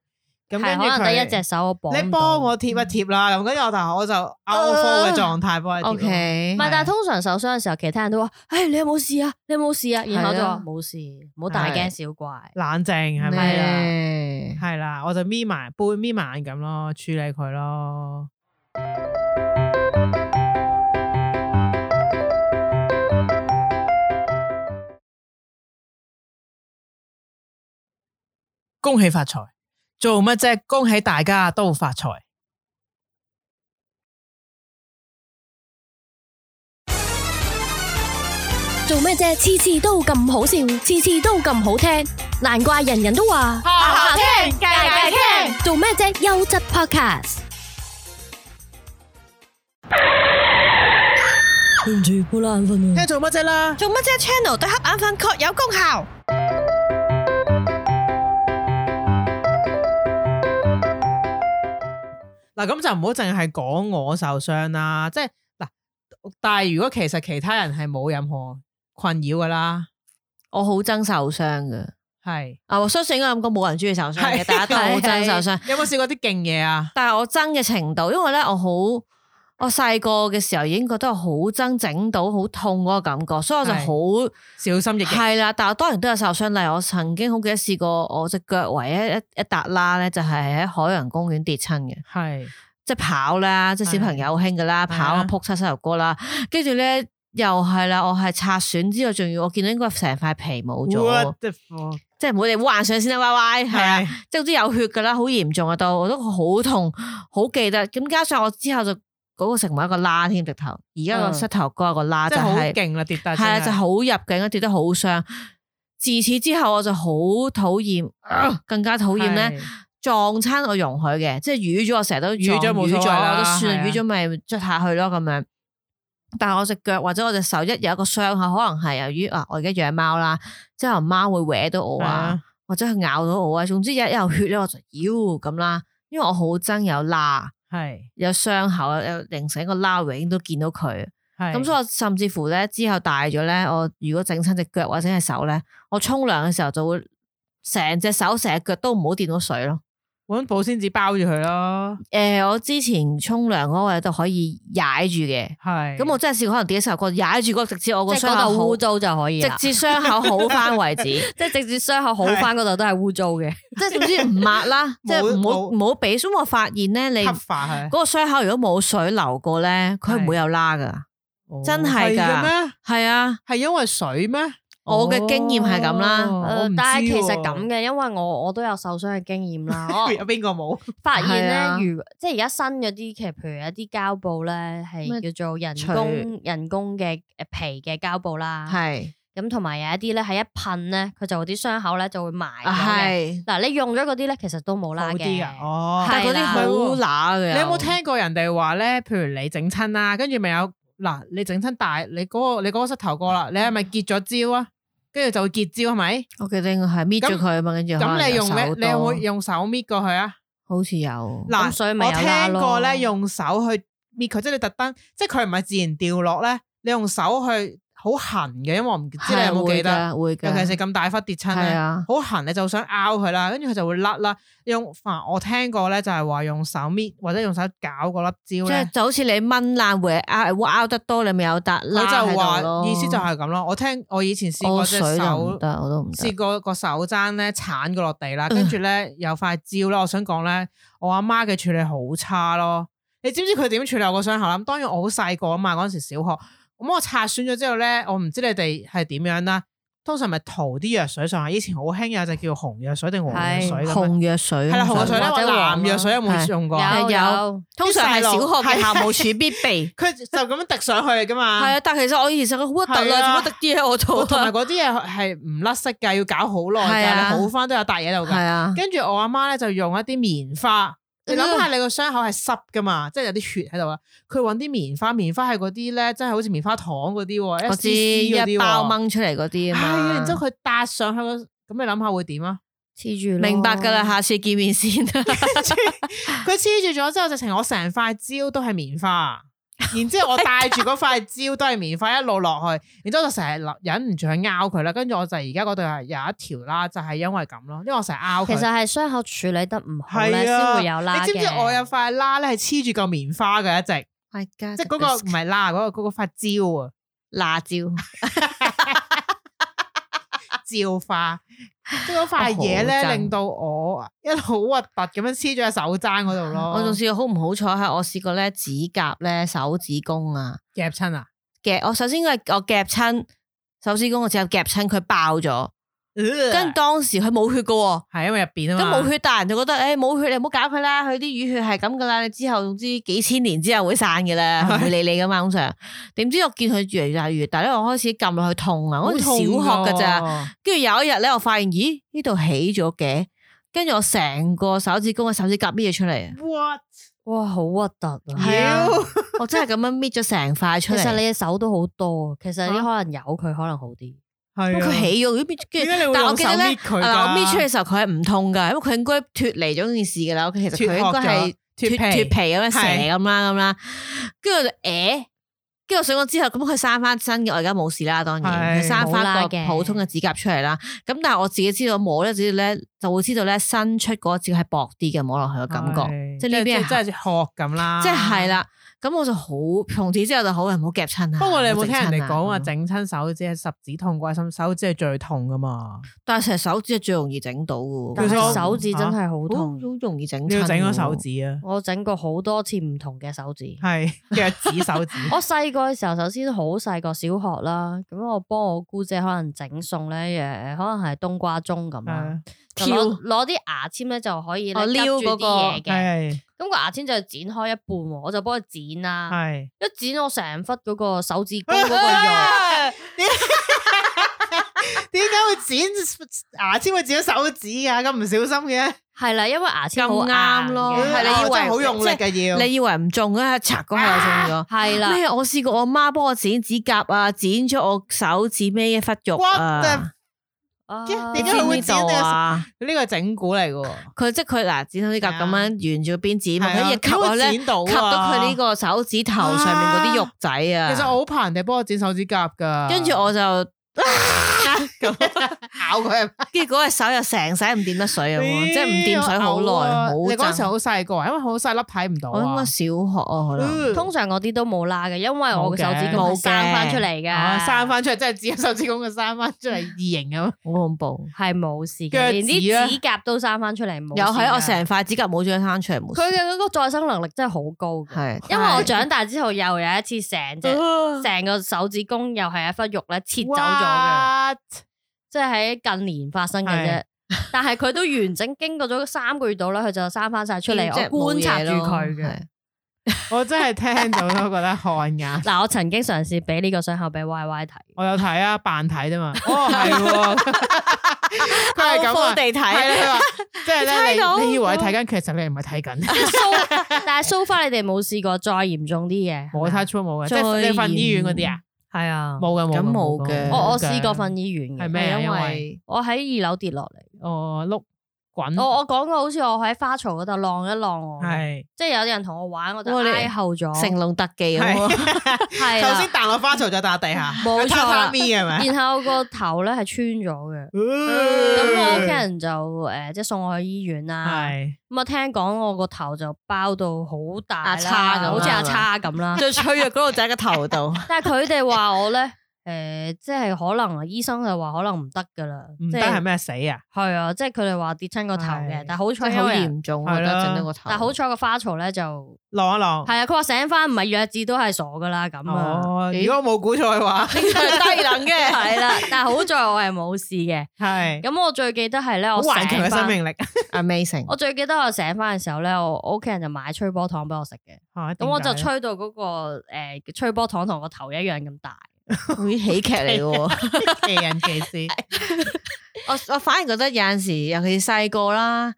Speaker 4: 跟
Speaker 2: 係
Speaker 4: 住
Speaker 2: 可能得一隻
Speaker 4: 佢
Speaker 2: 手我綁唔
Speaker 4: 你幫
Speaker 2: 到啊
Speaker 4: 我貼一貼啦，咁跟住我就我就 out full 嘅狀態幫佢貼
Speaker 3: O
Speaker 4: 咯。
Speaker 3: K，
Speaker 2: 唔係，但係通常受傷嘅時候，其他人都話：，唉，你有冇事啊？你有冇事啊？然後我就
Speaker 3: 係
Speaker 2: 話
Speaker 3: 啊
Speaker 2: 冇事，唔好大驚小怪。
Speaker 4: 冷靜係咪
Speaker 2: 係
Speaker 4: 啊？
Speaker 3: 咧
Speaker 4: 係啦，我就眯埋半眯埋眼咁咯，處理佢咯。恭喜發財，做乜啫？恭喜大家都發
Speaker 2: [laughs]
Speaker 4: 財。
Speaker 2: 做咩啫？次次都咁好笑，次次都咁好聽，難怪人人都話
Speaker 4: 下
Speaker 2: 聽，屆屆聽。做咩啫？優質 podcast。對唔住，好眼瞓啊
Speaker 4: 聽。做乜啫啦？
Speaker 3: 做乜啫？Channel 對黑眼瞓確有功效。
Speaker 4: 嗱，咁就唔好淨係講我受傷啦，即係嗱，但係如果其實其他人係冇任何困擾噶啦，
Speaker 3: 我好憎受傷噶，
Speaker 4: 係
Speaker 3: 啊，我相信應該咁講，冇人中意受傷嘅，
Speaker 4: 係
Speaker 3: 大家都好憎
Speaker 2: 係
Speaker 3: 受傷。
Speaker 4: 有冇試過啲勁嘢啊？
Speaker 3: 但係我憎嘅程度，因為咧我好，我細個嘅時候已經覺得我好憎整到好痛嗰個感覺，所以我就
Speaker 4: 係
Speaker 3: 好。
Speaker 4: 小心翼翼。
Speaker 3: 係啦，但我當然都有受傷。例如我曾經好記得試過，我只腳唯一一一笪啦咧，就係喺海洋公園跌親嘅，
Speaker 4: 係
Speaker 3: 即係跑啦，即係小朋友興噶啦，
Speaker 4: 係啊
Speaker 3: 跑啊撲親膝頭哥啦，跟住咧又係啦，我係擦損之外，仲要我見到應該成塊皮冇咗
Speaker 4: What，the fuck？
Speaker 3: 即係唔好哋幻想先啦，歪歪係啊，
Speaker 4: 係
Speaker 3: 即係總之有血噶啦，好嚴重啊，到我都好痛，好記得。咁加上我之後就嗰個成為一個啦添，直頭而家個
Speaker 2: 嗯
Speaker 3: 膝頭哥有個啦，
Speaker 4: 啊即
Speaker 3: 就
Speaker 4: 係好
Speaker 3: 係。
Speaker 4: 勁啦，跌得
Speaker 3: 系啊，
Speaker 4: 真
Speaker 3: 就好入境啊，跌得好傷。自此之後，我就好討厭，啊更加討厭咧
Speaker 4: 係
Speaker 3: 撞親我容許嘅，即係瘀咗我成日都撞
Speaker 4: 瘀咗冇所謂
Speaker 3: 瘀咗
Speaker 4: 啦
Speaker 3: 都
Speaker 4: 係啊
Speaker 3: 算，瘀咗咪捽下去咯咁樣。但係我只腳或者我隻手一有一個傷口，可能係由於啊我而家養貓啦，之後貓會搲到我
Speaker 4: 係
Speaker 3: 啊
Speaker 4: 啊，
Speaker 3: 或者佢咬到我啊，總之一有血咧我就妖咁啦，因為我好憎有疤
Speaker 4: 係
Speaker 3: 有傷口有形成一個疤，永遠都見到佢。
Speaker 4: 係
Speaker 3: 咁所以我甚至乎咧之後大咗咧，我如果整親只腳或者係手咧，我沖涼嘅時候就會成隻手成隻腳都唔好掂到水咯。
Speaker 4: 揾保鮮紙包住佢咯，
Speaker 3: 诶、我之前沖涼嗰位都可以踩住嘅，
Speaker 4: 係
Speaker 3: 咁我真係試過可能跌手個踩住嗰個直至我個
Speaker 2: 即係
Speaker 3: 傷
Speaker 2: 嗰
Speaker 3: 口
Speaker 2: 度
Speaker 3: 好
Speaker 2: 污，糟就可以
Speaker 3: 直
Speaker 2: 啦，
Speaker 3: 至傷口好翻為止。即
Speaker 2: [laughs]
Speaker 4: [laughs]
Speaker 2: 即係直接傷口好翻嗰度都係污糟嘅。
Speaker 3: 係總
Speaker 2: [laughs]
Speaker 3: 之唔抹啦，即係唔好
Speaker 4: 冇
Speaker 3: 唔好俾。所以我發現咧，你
Speaker 4: 吸化佢，
Speaker 3: 嗰個傷口如果冇水流過咧，佢唔會有拉噶。真係㗎
Speaker 4: 㗎哦咩？
Speaker 3: 係啊，
Speaker 4: 係因為水咩？
Speaker 3: 我嘅經驗係咁啦
Speaker 4: 哦
Speaker 2: 誒
Speaker 4: 我唔知
Speaker 2: 呃但係其實
Speaker 4: 喎
Speaker 2: 咁嘅，因為我我都有受傷嘅經驗
Speaker 4: [laughs]
Speaker 2: 啦。我
Speaker 4: 有邊個冇？
Speaker 2: 發現
Speaker 3: 係啊
Speaker 2: 咧，如即係而家新嗰啲，其實譬如一啲膠布咧，係
Speaker 3: 咩
Speaker 2: 叫做人
Speaker 3: 除
Speaker 2: 工人工嘅誒皮嘅膠布
Speaker 4: 啊
Speaker 2: 啦。
Speaker 3: 係
Speaker 2: 咁同埋有一啲咧，係一噴咧，佢就啲傷口咧就會埋
Speaker 3: 啊
Speaker 2: 咗
Speaker 4: 啊
Speaker 2: 嘅。
Speaker 3: 係，
Speaker 2: 嗱，你用咗嗰啲咧，其實都冇
Speaker 4: 好
Speaker 2: 啦
Speaker 4: 啲㗎，
Speaker 2: 嘅。
Speaker 4: 哦。
Speaker 3: 但係嗰啲
Speaker 2: 係啦
Speaker 3: 好乸嘅。
Speaker 4: 你有冇聽過人哋話咧？譬如你整親啦，跟住咪有嗱，你整親大，你嗰個你嗰個膝頭哥
Speaker 3: 嗯
Speaker 4: 啦，你係咪結咗焦啊？跟住就會結焦係咪？
Speaker 3: 我記得應該係搣咗佢啊嘛，跟住
Speaker 4: 咁
Speaker 3: 可能
Speaker 4: 你
Speaker 3: 有
Speaker 4: 用咧，
Speaker 3: 手
Speaker 4: 你有冇
Speaker 3: 多
Speaker 4: 用手搣過去啊？
Speaker 3: 好似有
Speaker 4: 嗱，
Speaker 2: 咁所以咪
Speaker 4: 我
Speaker 2: 有啦
Speaker 4: 聽過
Speaker 2: 咯
Speaker 4: 咧，用手去搣佢，即係你特登，即係佢唔係自然掉落咧，你用手去好痕嘅，因為我唔知你有冇記得，
Speaker 3: 係會㗎會
Speaker 4: 尤
Speaker 3: 㗎
Speaker 4: 其是咁大忽跌親
Speaker 3: 係
Speaker 4: 咧，
Speaker 3: 啊，
Speaker 4: 好痕你就想拗佢啦，跟住佢就會甩啦。用反我聽過咧，就係話用手搣或者用手搞嗰粒
Speaker 3: 即
Speaker 4: 蕉咧
Speaker 3: 係，就好似你掹爛呃會拗會拗得多，你咪有笪
Speaker 4: 佢
Speaker 3: 拉
Speaker 4: 就
Speaker 3: 話
Speaker 4: 話意思就係咁咯。我聽我以前試
Speaker 3: 我
Speaker 4: 過隻
Speaker 3: 哦水就唔
Speaker 4: 手
Speaker 3: 得，。我都唔得
Speaker 4: 試。過個手踭咧鏟過落地啦，跟住咧有塊蕉啦。我想講咧，我阿媽嘅處理好差咯。你知唔知佢點處理我個傷口啦？咁當然我好細個啊嘛，嗰陣時小學。咁我擦損咗之後咧，我唔知你哋係點樣啦。通常咪塗啲藥水上去，以前好興有隻叫紅藥水定黃藥水咁樣。
Speaker 3: 紅藥水
Speaker 4: 係啦，紅藥水咧，
Speaker 2: 或
Speaker 4: 我
Speaker 2: 者黃
Speaker 4: 藍藥水有冇
Speaker 3: 係
Speaker 4: 用過啊？
Speaker 3: 有
Speaker 2: 有有，
Speaker 3: 通常係小學嘅校務處必 [laughs] 備。
Speaker 4: 佢就咁樣滴上去噶嘛。
Speaker 3: 係啊，但其實我以前實好核突
Speaker 4: 係啊
Speaker 3: 啊，做乜滴啲喺我度
Speaker 4: 同埋
Speaker 3: 啊？
Speaker 4: 嗰啲嘢係唔甩色㗎，要搞好耐
Speaker 3: 係
Speaker 4: 㗎，
Speaker 3: 啊
Speaker 4: 你好翻都有笪嘢喺度㗎
Speaker 3: 係。啊，
Speaker 4: 跟住我阿媽咧就用一啲棉花你
Speaker 3: 嗯
Speaker 4: 諗下，你個傷口係濕噶嘛，即係有啲血喺度啦。佢揾啲棉花，棉花係嗰啲咧，真係好似棉花糖嗰啲喎，
Speaker 3: 我
Speaker 4: S
Speaker 3: 知
Speaker 4: C 嗰
Speaker 3: 一
Speaker 4: 啲
Speaker 3: 包
Speaker 4: 喎。
Speaker 3: 掹出嚟嗰啲
Speaker 4: 係
Speaker 3: 啊
Speaker 4: 啊，
Speaker 3: 嘛，
Speaker 4: 然之後佢搭上去嗰，咁你諗下會點啊？
Speaker 2: 黐住咯
Speaker 3: 明白噶啦，下次見面先。啊 [laughs]
Speaker 4: 佢黐住咗之後，直情我成塊蕉都係棉
Speaker 3: [laughs]
Speaker 4: 花，然之後我帶住嗰塊蕉都係棉花一路落去，然之後我就成日忍唔住去拗佢啦。跟住我就而家嗰度係有一條啦，就係因為咁咯，因為我成日拗
Speaker 2: 其
Speaker 4: 佢
Speaker 2: 實。係傷口處理得唔好咧，
Speaker 4: 係
Speaker 2: 先
Speaker 4: 啊，
Speaker 2: 會有啦
Speaker 4: 你知唔知
Speaker 2: 嘅
Speaker 4: 我有塊啦咧係黐住嚿棉花嘅一
Speaker 3: [laughs]
Speaker 4: 直，即係嗰個唔係啦，嗰、個嗰、個塊蕉啊，
Speaker 3: 辣椒，
Speaker 4: [laughs] 蕉花，即係嗰塊嘢
Speaker 3: 我好
Speaker 4: 咧
Speaker 3: 憎
Speaker 4: 令到我一路好核突咁樣黐咗喺手踭嗰度咯。
Speaker 3: 我仲試過好唔好彩係我試過咧指甲咧手指公啊
Speaker 4: 夾親啊！
Speaker 3: 夾，我首先係我夾親手指公個指甲夾親佢爆咗，
Speaker 2: 啊
Speaker 3: 跟住
Speaker 4: 跟
Speaker 3: 當時佢冇血噶喎。
Speaker 4: 係因為入邊啊
Speaker 3: 咁
Speaker 4: 嘛，
Speaker 2: 嗯
Speaker 3: 冇血，大人就覺得，誒冇血你唔好搞佢啦，佢啲淤血係咁噶啦，你之後總之幾千年之後會散嘅啦，
Speaker 4: 係
Speaker 3: 唔
Speaker 2: [laughs]
Speaker 3: 會理你噶嘛，通常。點知我見佢越嚟越大越大咧，我開始撳落去痛啊，
Speaker 4: 好
Speaker 3: 我嗰陣
Speaker 4: 痛
Speaker 3: 小
Speaker 4: 㗎
Speaker 3: 學噶咋，。跟住有一日咧，我發現咦呢度起咗嘅，跟住我成個手指公嘅手指甲搣咗出嚟，啊
Speaker 4: What？
Speaker 2: 哇，好核突啊！
Speaker 3: 係啊
Speaker 4: 妖
Speaker 3: 我真係咁樣搣咗成塊
Speaker 2: 其
Speaker 3: 出
Speaker 2: 實你
Speaker 3: 嚟。
Speaker 2: 嘅手都好多，其實
Speaker 4: 啊
Speaker 2: 你可能有佢可能好啲。
Speaker 4: 係啊
Speaker 3: 佢起咗，如果搣，
Speaker 4: 點
Speaker 3: 跟住
Speaker 4: 解你會
Speaker 3: 但係啊我
Speaker 4: 用
Speaker 3: 記
Speaker 4: 手
Speaker 3: 得
Speaker 4: 搣，
Speaker 3: 咧
Speaker 4: 佢㗎
Speaker 3: 嗱我搣出嚟嘅時候佢係唔痛噶，因為佢應該脱離咗件事噶啦，其實佢應該係。
Speaker 4: 脱殼咗
Speaker 3: 脱脱
Speaker 4: 脱
Speaker 3: 皮
Speaker 4: 皮
Speaker 3: 咁樣蛇
Speaker 4: 係
Speaker 3: 咁啦咁啦，跟住我就誒，跟住我上咗之後，咁佢生翻真嘅，我而家冇事啦，當然
Speaker 4: 係
Speaker 3: 佢生
Speaker 2: 冇啦
Speaker 3: 翻個
Speaker 2: 嘅
Speaker 3: 普通嘅指甲出嚟啦。咁但係我自己知道摸咧，知道咧就會知道咧新出嗰隻係薄啲嘅，摸落去嘅感覺，
Speaker 4: 係
Speaker 3: 即係呢邊係
Speaker 4: 即係真係殼咁啦，
Speaker 3: 即係係。啦。咁我就好，從此之後就好，唔好夾親啊。
Speaker 4: 不過你有冇
Speaker 3: 唔
Speaker 4: 聽
Speaker 3: 好整親啊
Speaker 4: 人哋講話
Speaker 3: 咁樣？
Speaker 4: 整親手指係十指痛過心手指係最痛噶嘛？
Speaker 3: 但係成日手指係最容易整到嘅
Speaker 2: 但
Speaker 4: 其實
Speaker 3: 喎，
Speaker 2: 係
Speaker 4: 我
Speaker 2: 手指真係好
Speaker 3: 好
Speaker 2: 痛，
Speaker 3: 好容易整親喎。
Speaker 4: 你要整個手指啊，
Speaker 2: 我整過好多次唔同嘅手指。
Speaker 4: 係腳趾手
Speaker 3: [laughs]
Speaker 4: 指。
Speaker 2: 我細個嘅時候，首先好細個，小學啦，咁我幫我姑姐可能整餸咧，誒，可能係冬瓜盅咁
Speaker 4: 啊
Speaker 2: 啦，就
Speaker 3: 挑
Speaker 2: 攞攞啲牙籤咧就可以
Speaker 3: 哦
Speaker 2: 咧
Speaker 3: 撩
Speaker 2: 撩
Speaker 3: 嗰
Speaker 2: 嗰
Speaker 3: 個
Speaker 2: 啲嘢嘅，
Speaker 4: 係
Speaker 2: 咁個牙籤就剪開一半喎，我就幫佢剪啦，
Speaker 4: 係。
Speaker 2: 一剪我成忽嗰個手指公
Speaker 3: [laughs]
Speaker 2: 嗰個
Speaker 4: [laughs]
Speaker 2: 肉，
Speaker 4: 點解會剪牙籤會剪到手指㗎？咁唔小心嘅，
Speaker 2: 係啦，因為牙籤好
Speaker 3: 咁啱
Speaker 2: 硬
Speaker 3: 咯
Speaker 2: 嘅
Speaker 3: 係你
Speaker 4: 哦
Speaker 3: 以為
Speaker 4: 真係好用力嘅要。
Speaker 3: 你以為唔中啊？拆嗰下
Speaker 4: [laughs]
Speaker 3: 就中咗。
Speaker 2: 係啦，
Speaker 3: 咩？我試過我媽幫我剪指甲啊，剪咗我手指尾一忽肉
Speaker 4: What the
Speaker 3: 啊，
Speaker 2: 啊
Speaker 3: 你
Speaker 4: 點
Speaker 3: 知
Speaker 4: 解佢
Speaker 3: 唔
Speaker 4: 會
Speaker 3: 知
Speaker 4: 剪
Speaker 3: 道
Speaker 4: 你嘅手
Speaker 3: 啊？
Speaker 4: 呢個係整蠱嚟嘅
Speaker 3: 佢即係佢嗱剪手指甲咁樣沿住邊剪，
Speaker 4: 喎，
Speaker 3: 佢一
Speaker 4: 啊係
Speaker 3: 吸我
Speaker 4: 啊點
Speaker 3: 咧
Speaker 4: 會，剪到啊
Speaker 3: 吸到佢呢。個手指頭上面嗰啲肉仔啊。
Speaker 4: 其實我好怕人哋幫我剪手指甲㗎，
Speaker 3: 跟住我就，
Speaker 4: [laughs] 咬佢。
Speaker 3: 跟住嗰隻手又成世唔掂得水
Speaker 4: [laughs]
Speaker 3: 咁喎，即係唔掂水好
Speaker 4: 咦
Speaker 3: 耐，好
Speaker 4: 我嘔啊你嗰陣時
Speaker 3: 憎。
Speaker 4: 好細個啊，因為好細粒睇唔到
Speaker 3: 我應該
Speaker 4: 啊嗯
Speaker 3: 小。學啊，可能。
Speaker 2: 通常我啲都冇拉嘅，因為我嘅手指公
Speaker 3: 冇嘅哦
Speaker 2: 係生翻出嚟
Speaker 4: 啊
Speaker 2: 嘅，
Speaker 4: 生翻出嚟，真係指手指公嘅生翻出嚟異形咁。
Speaker 3: 好恐怖，
Speaker 2: 係冇事
Speaker 4: 腳趾
Speaker 2: 嘅，連
Speaker 4: 啊
Speaker 2: 啲指甲都生翻出嚟，冇
Speaker 3: 又
Speaker 2: 事
Speaker 3: 喺我
Speaker 2: 㗎
Speaker 3: 成塊指甲冇啊咗生出嚟，冇
Speaker 2: 佢
Speaker 3: 事。
Speaker 2: 嘅嗰個再生能力真係好高嘅，
Speaker 3: 係
Speaker 2: 因為我長大之後又有一次成
Speaker 3: [laughs]
Speaker 2: 隻成個手指公又係一忽肉咧切走咗嘅，
Speaker 4: What？
Speaker 2: 即係喺近年發生嘅啫
Speaker 4: 係。
Speaker 2: 但係佢都完整經過咗三個月度啦，佢就生翻晒出嚟。
Speaker 3: 嗯即係
Speaker 2: 我
Speaker 3: 冇
Speaker 2: 觀察
Speaker 3: 嘢
Speaker 2: 住
Speaker 3: 咯
Speaker 2: 佢嘅。
Speaker 3: 係
Speaker 4: 我真係聽到都覺得汗
Speaker 2: [laughs]
Speaker 4: 眼。
Speaker 2: 嗱，我曾經嘗試俾呢個傷口俾 Y Y 睇，
Speaker 4: 我有睇啊，扮睇
Speaker 2: [laughs]
Speaker 4: 啫嘛。哦，係喎，佢係咁
Speaker 3: 高
Speaker 4: 啊
Speaker 3: 地。睇，
Speaker 4: 係啦，佢話
Speaker 2: [laughs]
Speaker 4: 即係
Speaker 3: 你睇到
Speaker 4: 咧，你你以為你睇緊，其實你唔係睇緊。 [laughs]
Speaker 2: So- 但係 so far 你哋冇試過再嚴重啲嘢。
Speaker 4: 冇睇出冇嘅，即係
Speaker 3: 再
Speaker 4: 你瞓醫院嗰啲啊，
Speaker 2: 係啊
Speaker 4: 冇嘅冇㗎。
Speaker 3: 咁冇
Speaker 4: 㗎
Speaker 3: 嘅
Speaker 2: 我我試過瞓醫院嘅，
Speaker 4: 係咩啊
Speaker 2: 係因
Speaker 4: 因
Speaker 2: 為
Speaker 4: 為
Speaker 2: 我喺二樓跌落嚟。
Speaker 4: 哦碌滾，
Speaker 2: 我我講過，好似我喺花槽嗰度浪一浪我，
Speaker 4: 係
Speaker 2: 即係有啲人同我玩，我就
Speaker 3: 哇你
Speaker 2: 挨後咗，
Speaker 3: 成龍特技咁
Speaker 4: 係
Speaker 3: 喎。 [laughs]
Speaker 2: 係
Speaker 4: 頭
Speaker 2: 啦
Speaker 4: 先彈落花槽再打地下，
Speaker 2: 冇
Speaker 4: 佢
Speaker 2: 錯
Speaker 4: 榻
Speaker 2: 啦
Speaker 4: 榻米係咪？
Speaker 2: 然後個頭咧係穿咗嘅，咁我屋企
Speaker 4: 咁
Speaker 2: 人就誒、呃即係送我去醫院啦。
Speaker 4: 嗯係
Speaker 2: 咁啊聽講我個頭就包到好大
Speaker 3: 阿叉咁
Speaker 2: 啦，
Speaker 3: 啦
Speaker 2: 好似阿叉
Speaker 4: [laughs]
Speaker 2: 咁啦。
Speaker 3: 最脆弱嗰個仔嘅頭度，
Speaker 2: [laughs] 但係佢哋話我咧。誒，即係可能醫生就話可能唔得噶啦，
Speaker 4: 唔
Speaker 2: 即
Speaker 4: 得係
Speaker 2: 係
Speaker 4: 咩死啊？
Speaker 2: 係啊，即係佢哋話跌親個頭嘅
Speaker 4: 係，
Speaker 2: 但係好彩
Speaker 3: 真係好
Speaker 2: 因為啊
Speaker 3: 嚴重，我
Speaker 4: 係
Speaker 3: 覺
Speaker 4: 啦
Speaker 3: 得整到個頭。
Speaker 2: 但係好彩個花槽咧就
Speaker 4: 浪一浪。
Speaker 2: 係啊，佢話醒翻唔係弱智都係傻噶啦咁啊。
Speaker 4: 哦，
Speaker 3: 咦
Speaker 4: 如果我冇估錯嘅話，
Speaker 3: 低能 [laughs] 嘅，
Speaker 2: 系啦，但系好在我係冇事嘅。
Speaker 4: 係
Speaker 2: 咁我最記得係咧，
Speaker 4: 好
Speaker 2: 我醒
Speaker 4: 頑強嘅生
Speaker 2: 翻，
Speaker 4: 命力。
Speaker 3: amazing。
Speaker 2: 我最記得我醒翻嘅時候咧，我我屋企人就買吹波糖俾我食嘅。咁
Speaker 4: 咁
Speaker 2: 我就吹到嗰個诶吹波糖同個頭一樣咁大。
Speaker 3: 會喜劇嚟嘅喎。
Speaker 4: 奇人奇事，
Speaker 3: 我我反而覺得有陣時，尤其是細個啦，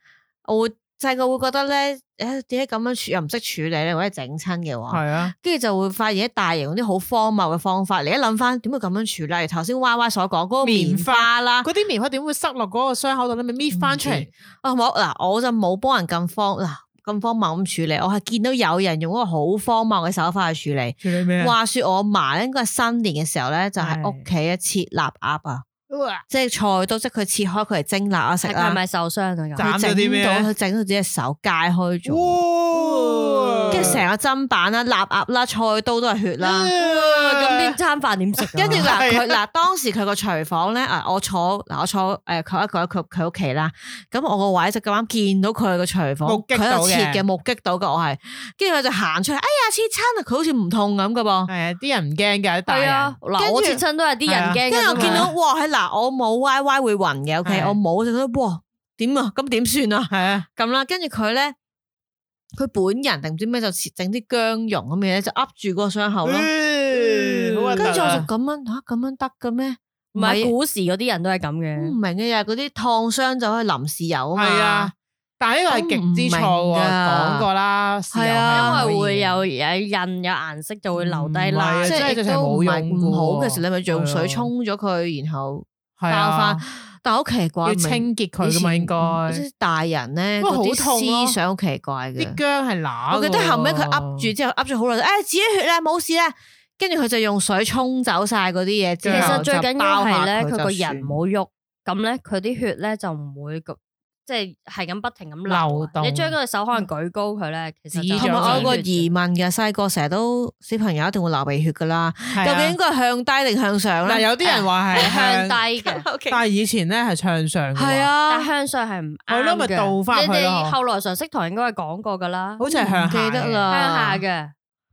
Speaker 3: 我會細個會覺得咧，誒點解咁樣處又唔識處理咧，或者整親嘅
Speaker 4: [laughs]
Speaker 3: 話，
Speaker 4: 係啊，
Speaker 3: 跟住就會發現喺大型嗰啲好荒謬嘅方法。你一諗翻點會咁樣處理？頭先 Y Y 所講嗰個棉花啦，
Speaker 4: 嗰啲棉花點會塞落嗰個傷口度咧？咪搣翻出嚟？
Speaker 3: 啊我嗱我就冇幫人咁荒嗱咁荒謬咁處理，我係見到有人用嗰個好荒謬嘅手法去處理。
Speaker 4: 處理咩啊？
Speaker 3: 話說我嫲咧，應該係新年嘅時候咧，就喺屋企咧切臘鴨啊，
Speaker 4: 哇
Speaker 3: 即係菜刀，即係佢切開佢嚟蒸臘啊食
Speaker 2: 係
Speaker 3: 啦
Speaker 2: 佢。咪受傷啊？咁
Speaker 4: 斬
Speaker 3: 佢
Speaker 4: 咗啲咩啊咧
Speaker 3: 整到佢整到自己隻手界開咗，
Speaker 4: 哇嗯
Speaker 3: 跟住成個砧板啦、臘鴨啦、菜刀都係血啦。
Speaker 2: 咁
Speaker 4: 咁
Speaker 2: 呢餐飯點食啊？
Speaker 3: [laughs] 跟住
Speaker 4: 啦
Speaker 3: 嗱，
Speaker 4: 係啊
Speaker 3: 佢嗱當時佢個廚房咧，啊我坐嗱我坐誒佢一個喺佢佢屋企啦，咁我個位就咁啱見到佢個廚房，
Speaker 4: 目擊
Speaker 3: 佢喺
Speaker 4: 到
Speaker 3: 度
Speaker 4: 嘅
Speaker 3: 切嘅，目擊到嘅我係，跟住佢就行出嚟，哎呀切親啊，佢好似唔痛咁嘅噃，
Speaker 4: 係啊，啲人唔驚㗎，啲大
Speaker 2: 係
Speaker 4: 人
Speaker 2: 啊，。嗱我
Speaker 3: 跟
Speaker 2: 切
Speaker 3: 住啊
Speaker 2: 親都係啲人驚㗎
Speaker 3: 跟
Speaker 2: 啫嘛，
Speaker 3: 住我見到哇係嗱我冇 Y Y 會暈嘅，OK，
Speaker 4: 啊係
Speaker 3: 我冇就覺得哇點啊，咁點算啊？
Speaker 4: 係啊，
Speaker 3: 咁啦，跟住佢咧，佢本人定唔知咩就切整啲薑蓉咁嘅嘢，就噏住個傷口咯。
Speaker 4: 嗯好核突
Speaker 3: 跟住我就
Speaker 4: 啊
Speaker 3: 咁樣吓，咁樣得嘅咩？
Speaker 2: 唔係
Speaker 3: 唔嗯
Speaker 2: 古時嗰啲人都係咁
Speaker 3: 唔
Speaker 2: 嘅，
Speaker 3: 明嘅呀，嗰啲燙傷就可以淋豉油啊
Speaker 4: 係啊
Speaker 3: 嘛。，
Speaker 4: 但係呢個係極之錯
Speaker 3: 我唔
Speaker 4: 喎，
Speaker 3: 明㗎
Speaker 4: 講過啦，
Speaker 3: 係啊
Speaker 2: 因為會
Speaker 4: 為
Speaker 2: 有有印有顏色就會留低
Speaker 4: 唔
Speaker 2: 啦
Speaker 4: 係啊。
Speaker 3: 即係
Speaker 4: 真
Speaker 3: 亦
Speaker 4: 係
Speaker 3: 都唔
Speaker 4: 冇
Speaker 3: 係
Speaker 4: 用㗎
Speaker 3: 唔好嘅
Speaker 4: 喎
Speaker 3: 時，你咪用
Speaker 4: 係
Speaker 3: 水
Speaker 4: 啊
Speaker 3: 沖咗佢，然後
Speaker 4: 係
Speaker 3: 爆
Speaker 4: 啊
Speaker 3: 翻，。但係好奇怪，
Speaker 4: 要
Speaker 3: 明
Speaker 4: 清潔佢
Speaker 3: 以
Speaker 4: 㗎嘛，
Speaker 3: 前
Speaker 4: 應該
Speaker 3: 啲大人咧，
Speaker 4: 哇
Speaker 3: 嗰啲
Speaker 4: 好痛咯
Speaker 3: 思想好啊奇怪嘅
Speaker 4: 啲。姜係乸。
Speaker 3: 我記得後尾佢噏住之後噏咗好耐，誒自己血啦，冇事啦。跟住佢就用水沖走晒嗰啲嘢之
Speaker 2: 其
Speaker 3: 後，
Speaker 4: 啊
Speaker 2: 實最緊
Speaker 3: 緊
Speaker 2: 要係
Speaker 3: 係
Speaker 2: 咧，佢個人冇喐，咁咧佢啲血咧就唔會咁，即係係咁不停咁流
Speaker 4: 流
Speaker 2: 啊。
Speaker 4: 動嗯
Speaker 2: 你將嗰隻手可能舉高佢咧，其實就
Speaker 4: 止
Speaker 3: 同埋我有個
Speaker 2: 止血
Speaker 3: 疑問嘅，細個成日都小朋友一定會流鼻血噶啦，
Speaker 4: 係
Speaker 3: 究
Speaker 4: 啊
Speaker 3: 竟應該係向低定向上
Speaker 4: 嗱，
Speaker 3: 咧？啊
Speaker 4: 有啲
Speaker 3: [laughs]
Speaker 4: 人話係啊
Speaker 2: 係向
Speaker 4: 向
Speaker 2: 低
Speaker 4: [laughs]
Speaker 2: 嘅。
Speaker 4: 但係以前咧係向上嘅喎，
Speaker 3: 係啊
Speaker 2: 但，向上係唔
Speaker 4: 係咯
Speaker 2: 啱
Speaker 4: 咪
Speaker 2: 嘅
Speaker 4: 倒返
Speaker 2: 你
Speaker 4: 去咯
Speaker 2: 哋
Speaker 4: 嗬
Speaker 2: 後來常識堂應該係講過噶啦，
Speaker 4: 好似係向下
Speaker 3: 記得
Speaker 4: 嘅
Speaker 3: 啦
Speaker 2: 向下嘅，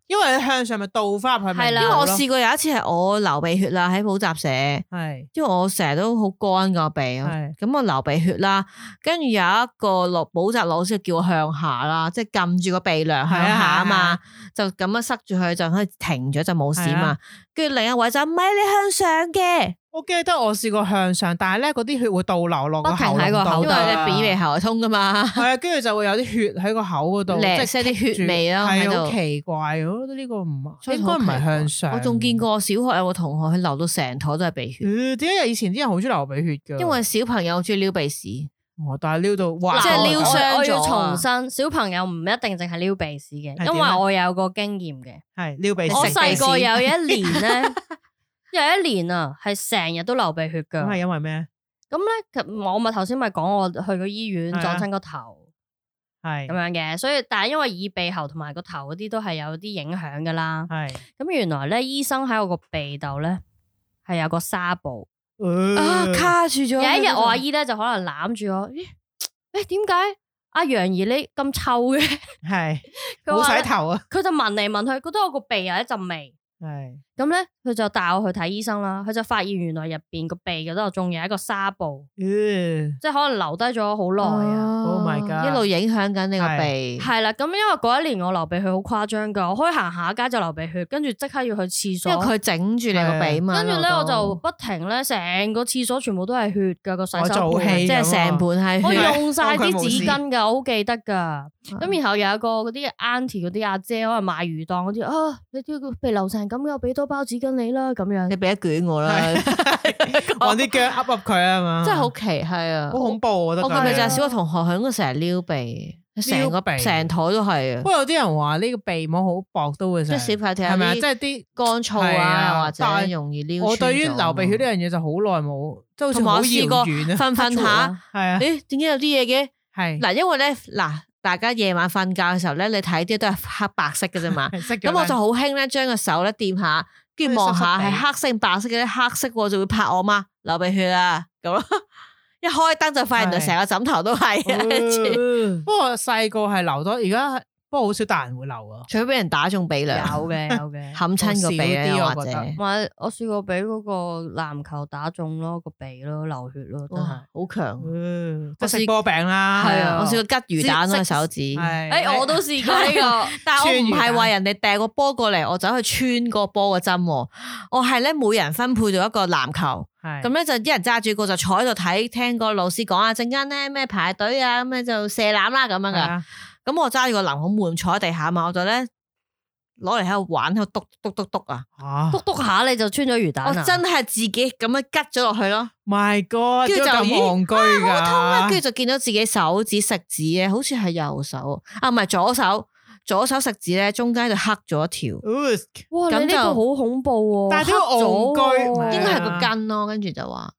Speaker 4: 因為你向上咪倒翻入去咪
Speaker 2: 係啦
Speaker 3: 因為
Speaker 4: 唔好
Speaker 3: 我
Speaker 4: 咯
Speaker 3: 試過有一次係我流鼻血啦，喺補習社，
Speaker 4: 係
Speaker 3: 因為我成日都好乾個鼻啊
Speaker 4: 係，
Speaker 3: 咁我流鼻血啦，跟住有一個落補習老師叫我向下啦，即係撳住個鼻梁向下
Speaker 4: 係
Speaker 3: 啊
Speaker 4: 啊係
Speaker 3: 嘛
Speaker 4: 啊，
Speaker 3: 就咁樣塞住佢就可以停咗就冇事
Speaker 4: 係
Speaker 3: 嘛
Speaker 4: 啊，
Speaker 3: 跟住另一位就唔係你向上嘅。
Speaker 4: 我記得我試過向上，但係咧嗰啲血會倒流落個
Speaker 2: 不停
Speaker 4: 喉
Speaker 2: 喺個
Speaker 4: 嚨
Speaker 2: 口
Speaker 4: 度
Speaker 3: 因為你
Speaker 4: 㗎
Speaker 3: 扁鼻喉係通噶嘛， [laughs]
Speaker 4: 係啊，跟住就會有啲血喺個口嗰度，即
Speaker 3: 咧
Speaker 4: 係
Speaker 3: 即係啲血味咯喺
Speaker 4: 係
Speaker 3: 度
Speaker 4: 好。奇怪，我覺得呢個唔
Speaker 3: 所以
Speaker 4: 應
Speaker 3: 好
Speaker 4: 該
Speaker 3: 奇
Speaker 4: 唔
Speaker 3: 怪
Speaker 4: 係向上。
Speaker 3: 我仲見，過小學有個同學，佢流到成坨都係鼻血，
Speaker 4: 咦？點解以前啲人好中意流鼻血㗎？
Speaker 3: 因為小朋友中意撩鼻屎，
Speaker 4: 哦，但係撩到哇，
Speaker 3: 即係撩
Speaker 2: 我
Speaker 3: 傷
Speaker 2: 我要
Speaker 3: 咗啊
Speaker 2: 重申，小朋友唔一定淨係撩鼻屎嘅，
Speaker 4: 係
Speaker 2: 因
Speaker 4: 點
Speaker 2: 為
Speaker 4: 啊
Speaker 2: 我有個經驗嘅。
Speaker 4: 係撩鼻屎。
Speaker 2: 我
Speaker 3: 食鼻
Speaker 2: 細個
Speaker 3: 屎
Speaker 2: 有一年咧，
Speaker 4: [laughs]
Speaker 2: 有一年啊，係成日都流鼻血噶。
Speaker 4: 咁係
Speaker 2: 咁
Speaker 4: 因為咩？
Speaker 2: 咧，其實我咪頭先咪講我去個醫院
Speaker 4: 係啊
Speaker 2: 撞親個頭
Speaker 4: 係
Speaker 2: 咁
Speaker 3: 啊
Speaker 2: 樣嘅，所以但係因為耳鼻喉同埋個頭嗰啲都係有啲影響噶啦。
Speaker 4: 係
Speaker 2: 咁原來咧，醫生喺我個鼻度咧係有個紗布。
Speaker 3: 啊
Speaker 4: 呃
Speaker 3: 卡住咗。
Speaker 2: 有一日我阿
Speaker 3: 姨
Speaker 2: 姨咧就可能攬住我，咦？誒點解阿楊怡你咁臭
Speaker 4: [laughs]
Speaker 2: 嘅？
Speaker 4: 係
Speaker 2: 佢話
Speaker 4: 冇
Speaker 2: 咧
Speaker 4: 洗頭啊，
Speaker 2: 佢就聞嚟聞去，覺得我個鼻啊有一陣味。
Speaker 4: 係
Speaker 2: 咁咧，佢就帶我去睇醫生啦。佢就發現原來入邊個鼻嗰度仲有一個紗布，
Speaker 4: 呃
Speaker 2: 即係可能留低咗好耐啊。
Speaker 4: Oh my god
Speaker 3: 哦一路影響緊你個鼻。
Speaker 2: 係啦，咁因為嗰一年我流鼻血好誇張噶，我可以行下街就流鼻血，跟住即刻要去廁所。
Speaker 3: 因為佢整住你個
Speaker 4: 啊
Speaker 3: 鼻嘛，
Speaker 2: 跟住咧，
Speaker 3: 流到
Speaker 2: 我就不停咧，成個廁所全部都係血噶個洗手
Speaker 4: 我做
Speaker 2: 盆
Speaker 4: 戲
Speaker 3: 即
Speaker 4: [laughs]
Speaker 3: 係成盤
Speaker 2: 我
Speaker 3: 係血，
Speaker 2: 用晒啲
Speaker 4: 啊當佢冇
Speaker 2: 紙
Speaker 4: 事
Speaker 2: 巾噶，我好記得噶。咁然後又有個嗰啲 auntie 嗰啲阿姐，可能賣魚檔嗰啲啊，你啲個鼻流成咁嘅，我俾多包紙巾你啦，咁樣 [laughs]
Speaker 3: 你。俾一卷我啦，
Speaker 4: 揾啲姜噏噏佢啊嘛，
Speaker 3: 真係好奇係啊！
Speaker 4: 好恐怖，我覺得
Speaker 3: 我
Speaker 4: 佢
Speaker 3: 個
Speaker 4: 係
Speaker 3: 咪就係小學同學，佢應該成日撩鼻，成個
Speaker 4: 撩鼻
Speaker 3: 成台都係啊
Speaker 4: 不。過有啲人話呢個鼻膜好薄都會
Speaker 3: 即
Speaker 4: 成，
Speaker 3: 係小朋友
Speaker 4: 係咪啊？
Speaker 3: 有
Speaker 4: 即
Speaker 3: 啲
Speaker 4: 係啲
Speaker 3: 乾燥
Speaker 4: 係
Speaker 3: 啊，
Speaker 4: 啊
Speaker 3: 又或
Speaker 4: 但
Speaker 3: 者
Speaker 4: 係
Speaker 3: 容易撩
Speaker 4: 我
Speaker 3: 穿
Speaker 4: 對於
Speaker 3: 咗
Speaker 4: 流鼻血呢
Speaker 3: 啊
Speaker 4: 樣嘢就好耐冇，即係好似
Speaker 3: 同埋
Speaker 4: 好
Speaker 3: 我試過
Speaker 4: 遙遠啊，
Speaker 3: 瞓瞓下，
Speaker 4: [laughs] 係啊，
Speaker 3: 咦？點解有啲嘢嘅？
Speaker 4: 係
Speaker 3: 嗱，因為咧嗱，大家夜晚瞓覺嘅時候咧，你睇啲都係黑白色嘅啫嘛。
Speaker 4: 係識咗
Speaker 3: 咁我
Speaker 4: 啦
Speaker 3: 就好興咧，將個手咧掂下，跟住望下
Speaker 4: 跟
Speaker 3: 係
Speaker 4: 住濕濕地
Speaker 3: 黑色定白色嘅咧，黑色我就會拍我媽流鼻血啊咁咯。 [laughs] 一開燈就發現原來
Speaker 4: 係
Speaker 3: 成個枕頭都啊係，
Speaker 4: 不過細個係流多，而家不過好少大人會流啊。
Speaker 3: 除非俾人打中鼻
Speaker 2: 有
Speaker 3: 梁，
Speaker 2: 嘅 [laughs] 有嘅。
Speaker 3: 冚親個鼻咧，
Speaker 4: 好少啲我
Speaker 3: 或者
Speaker 4: 覺得
Speaker 2: 唔係，我試過俾嗰個籃球打中咯，個鼻咯，流血咯，真係。
Speaker 3: 好強。
Speaker 4: 即係食波餅啦，
Speaker 2: 係啊
Speaker 3: 我試過啊吉魚蛋嗰個手指。
Speaker 4: 係啊
Speaker 3: 哎
Speaker 2: 誒，哎我都試過呢 [laughs] 個，
Speaker 3: 但我唔
Speaker 4: 穿
Speaker 3: 係
Speaker 4: 魚
Speaker 3: 話
Speaker 4: 蛋
Speaker 3: 人哋掟個波過嚟，我走去穿個波個針喎。我係咧每人分配咗一個籃球，咁咧就一人揸住個就坐喺度睇，聽個老師講啊，陣間咧咩排隊啊，咁咧就射籃啦咁樣
Speaker 4: 係
Speaker 3: 噶。
Speaker 4: 啊，
Speaker 3: 咁我揸住個籃好悶，坐喺地下嘛，我就咧攞嚟喺度玩，喺度篤篤篤篤啊！
Speaker 4: 啊
Speaker 2: 笃笃下你就穿咗魚蛋
Speaker 3: 我
Speaker 2: 啊
Speaker 3: 真係自己咁樣吉咗落去咯，
Speaker 4: ，My God，
Speaker 3: 跟住就
Speaker 4: 點解
Speaker 3: 咦
Speaker 4: 咁戇居
Speaker 3: 好痛啊！
Speaker 4: 噶，
Speaker 3: 跟住就見到自己手指食指咧，好似係右手啊，唔係左手，左手食指咧中間就黑咗一條，
Speaker 4: Oops，
Speaker 2: 哇！你
Speaker 3: 咁
Speaker 2: 呢
Speaker 3: 就
Speaker 2: 個好恐怖喎，
Speaker 4: 但係都
Speaker 2: 黑咗
Speaker 4: 戇居
Speaker 2: 喎
Speaker 4: 唔
Speaker 3: 應該係
Speaker 4: 啊
Speaker 3: 個筋咯。跟住就話，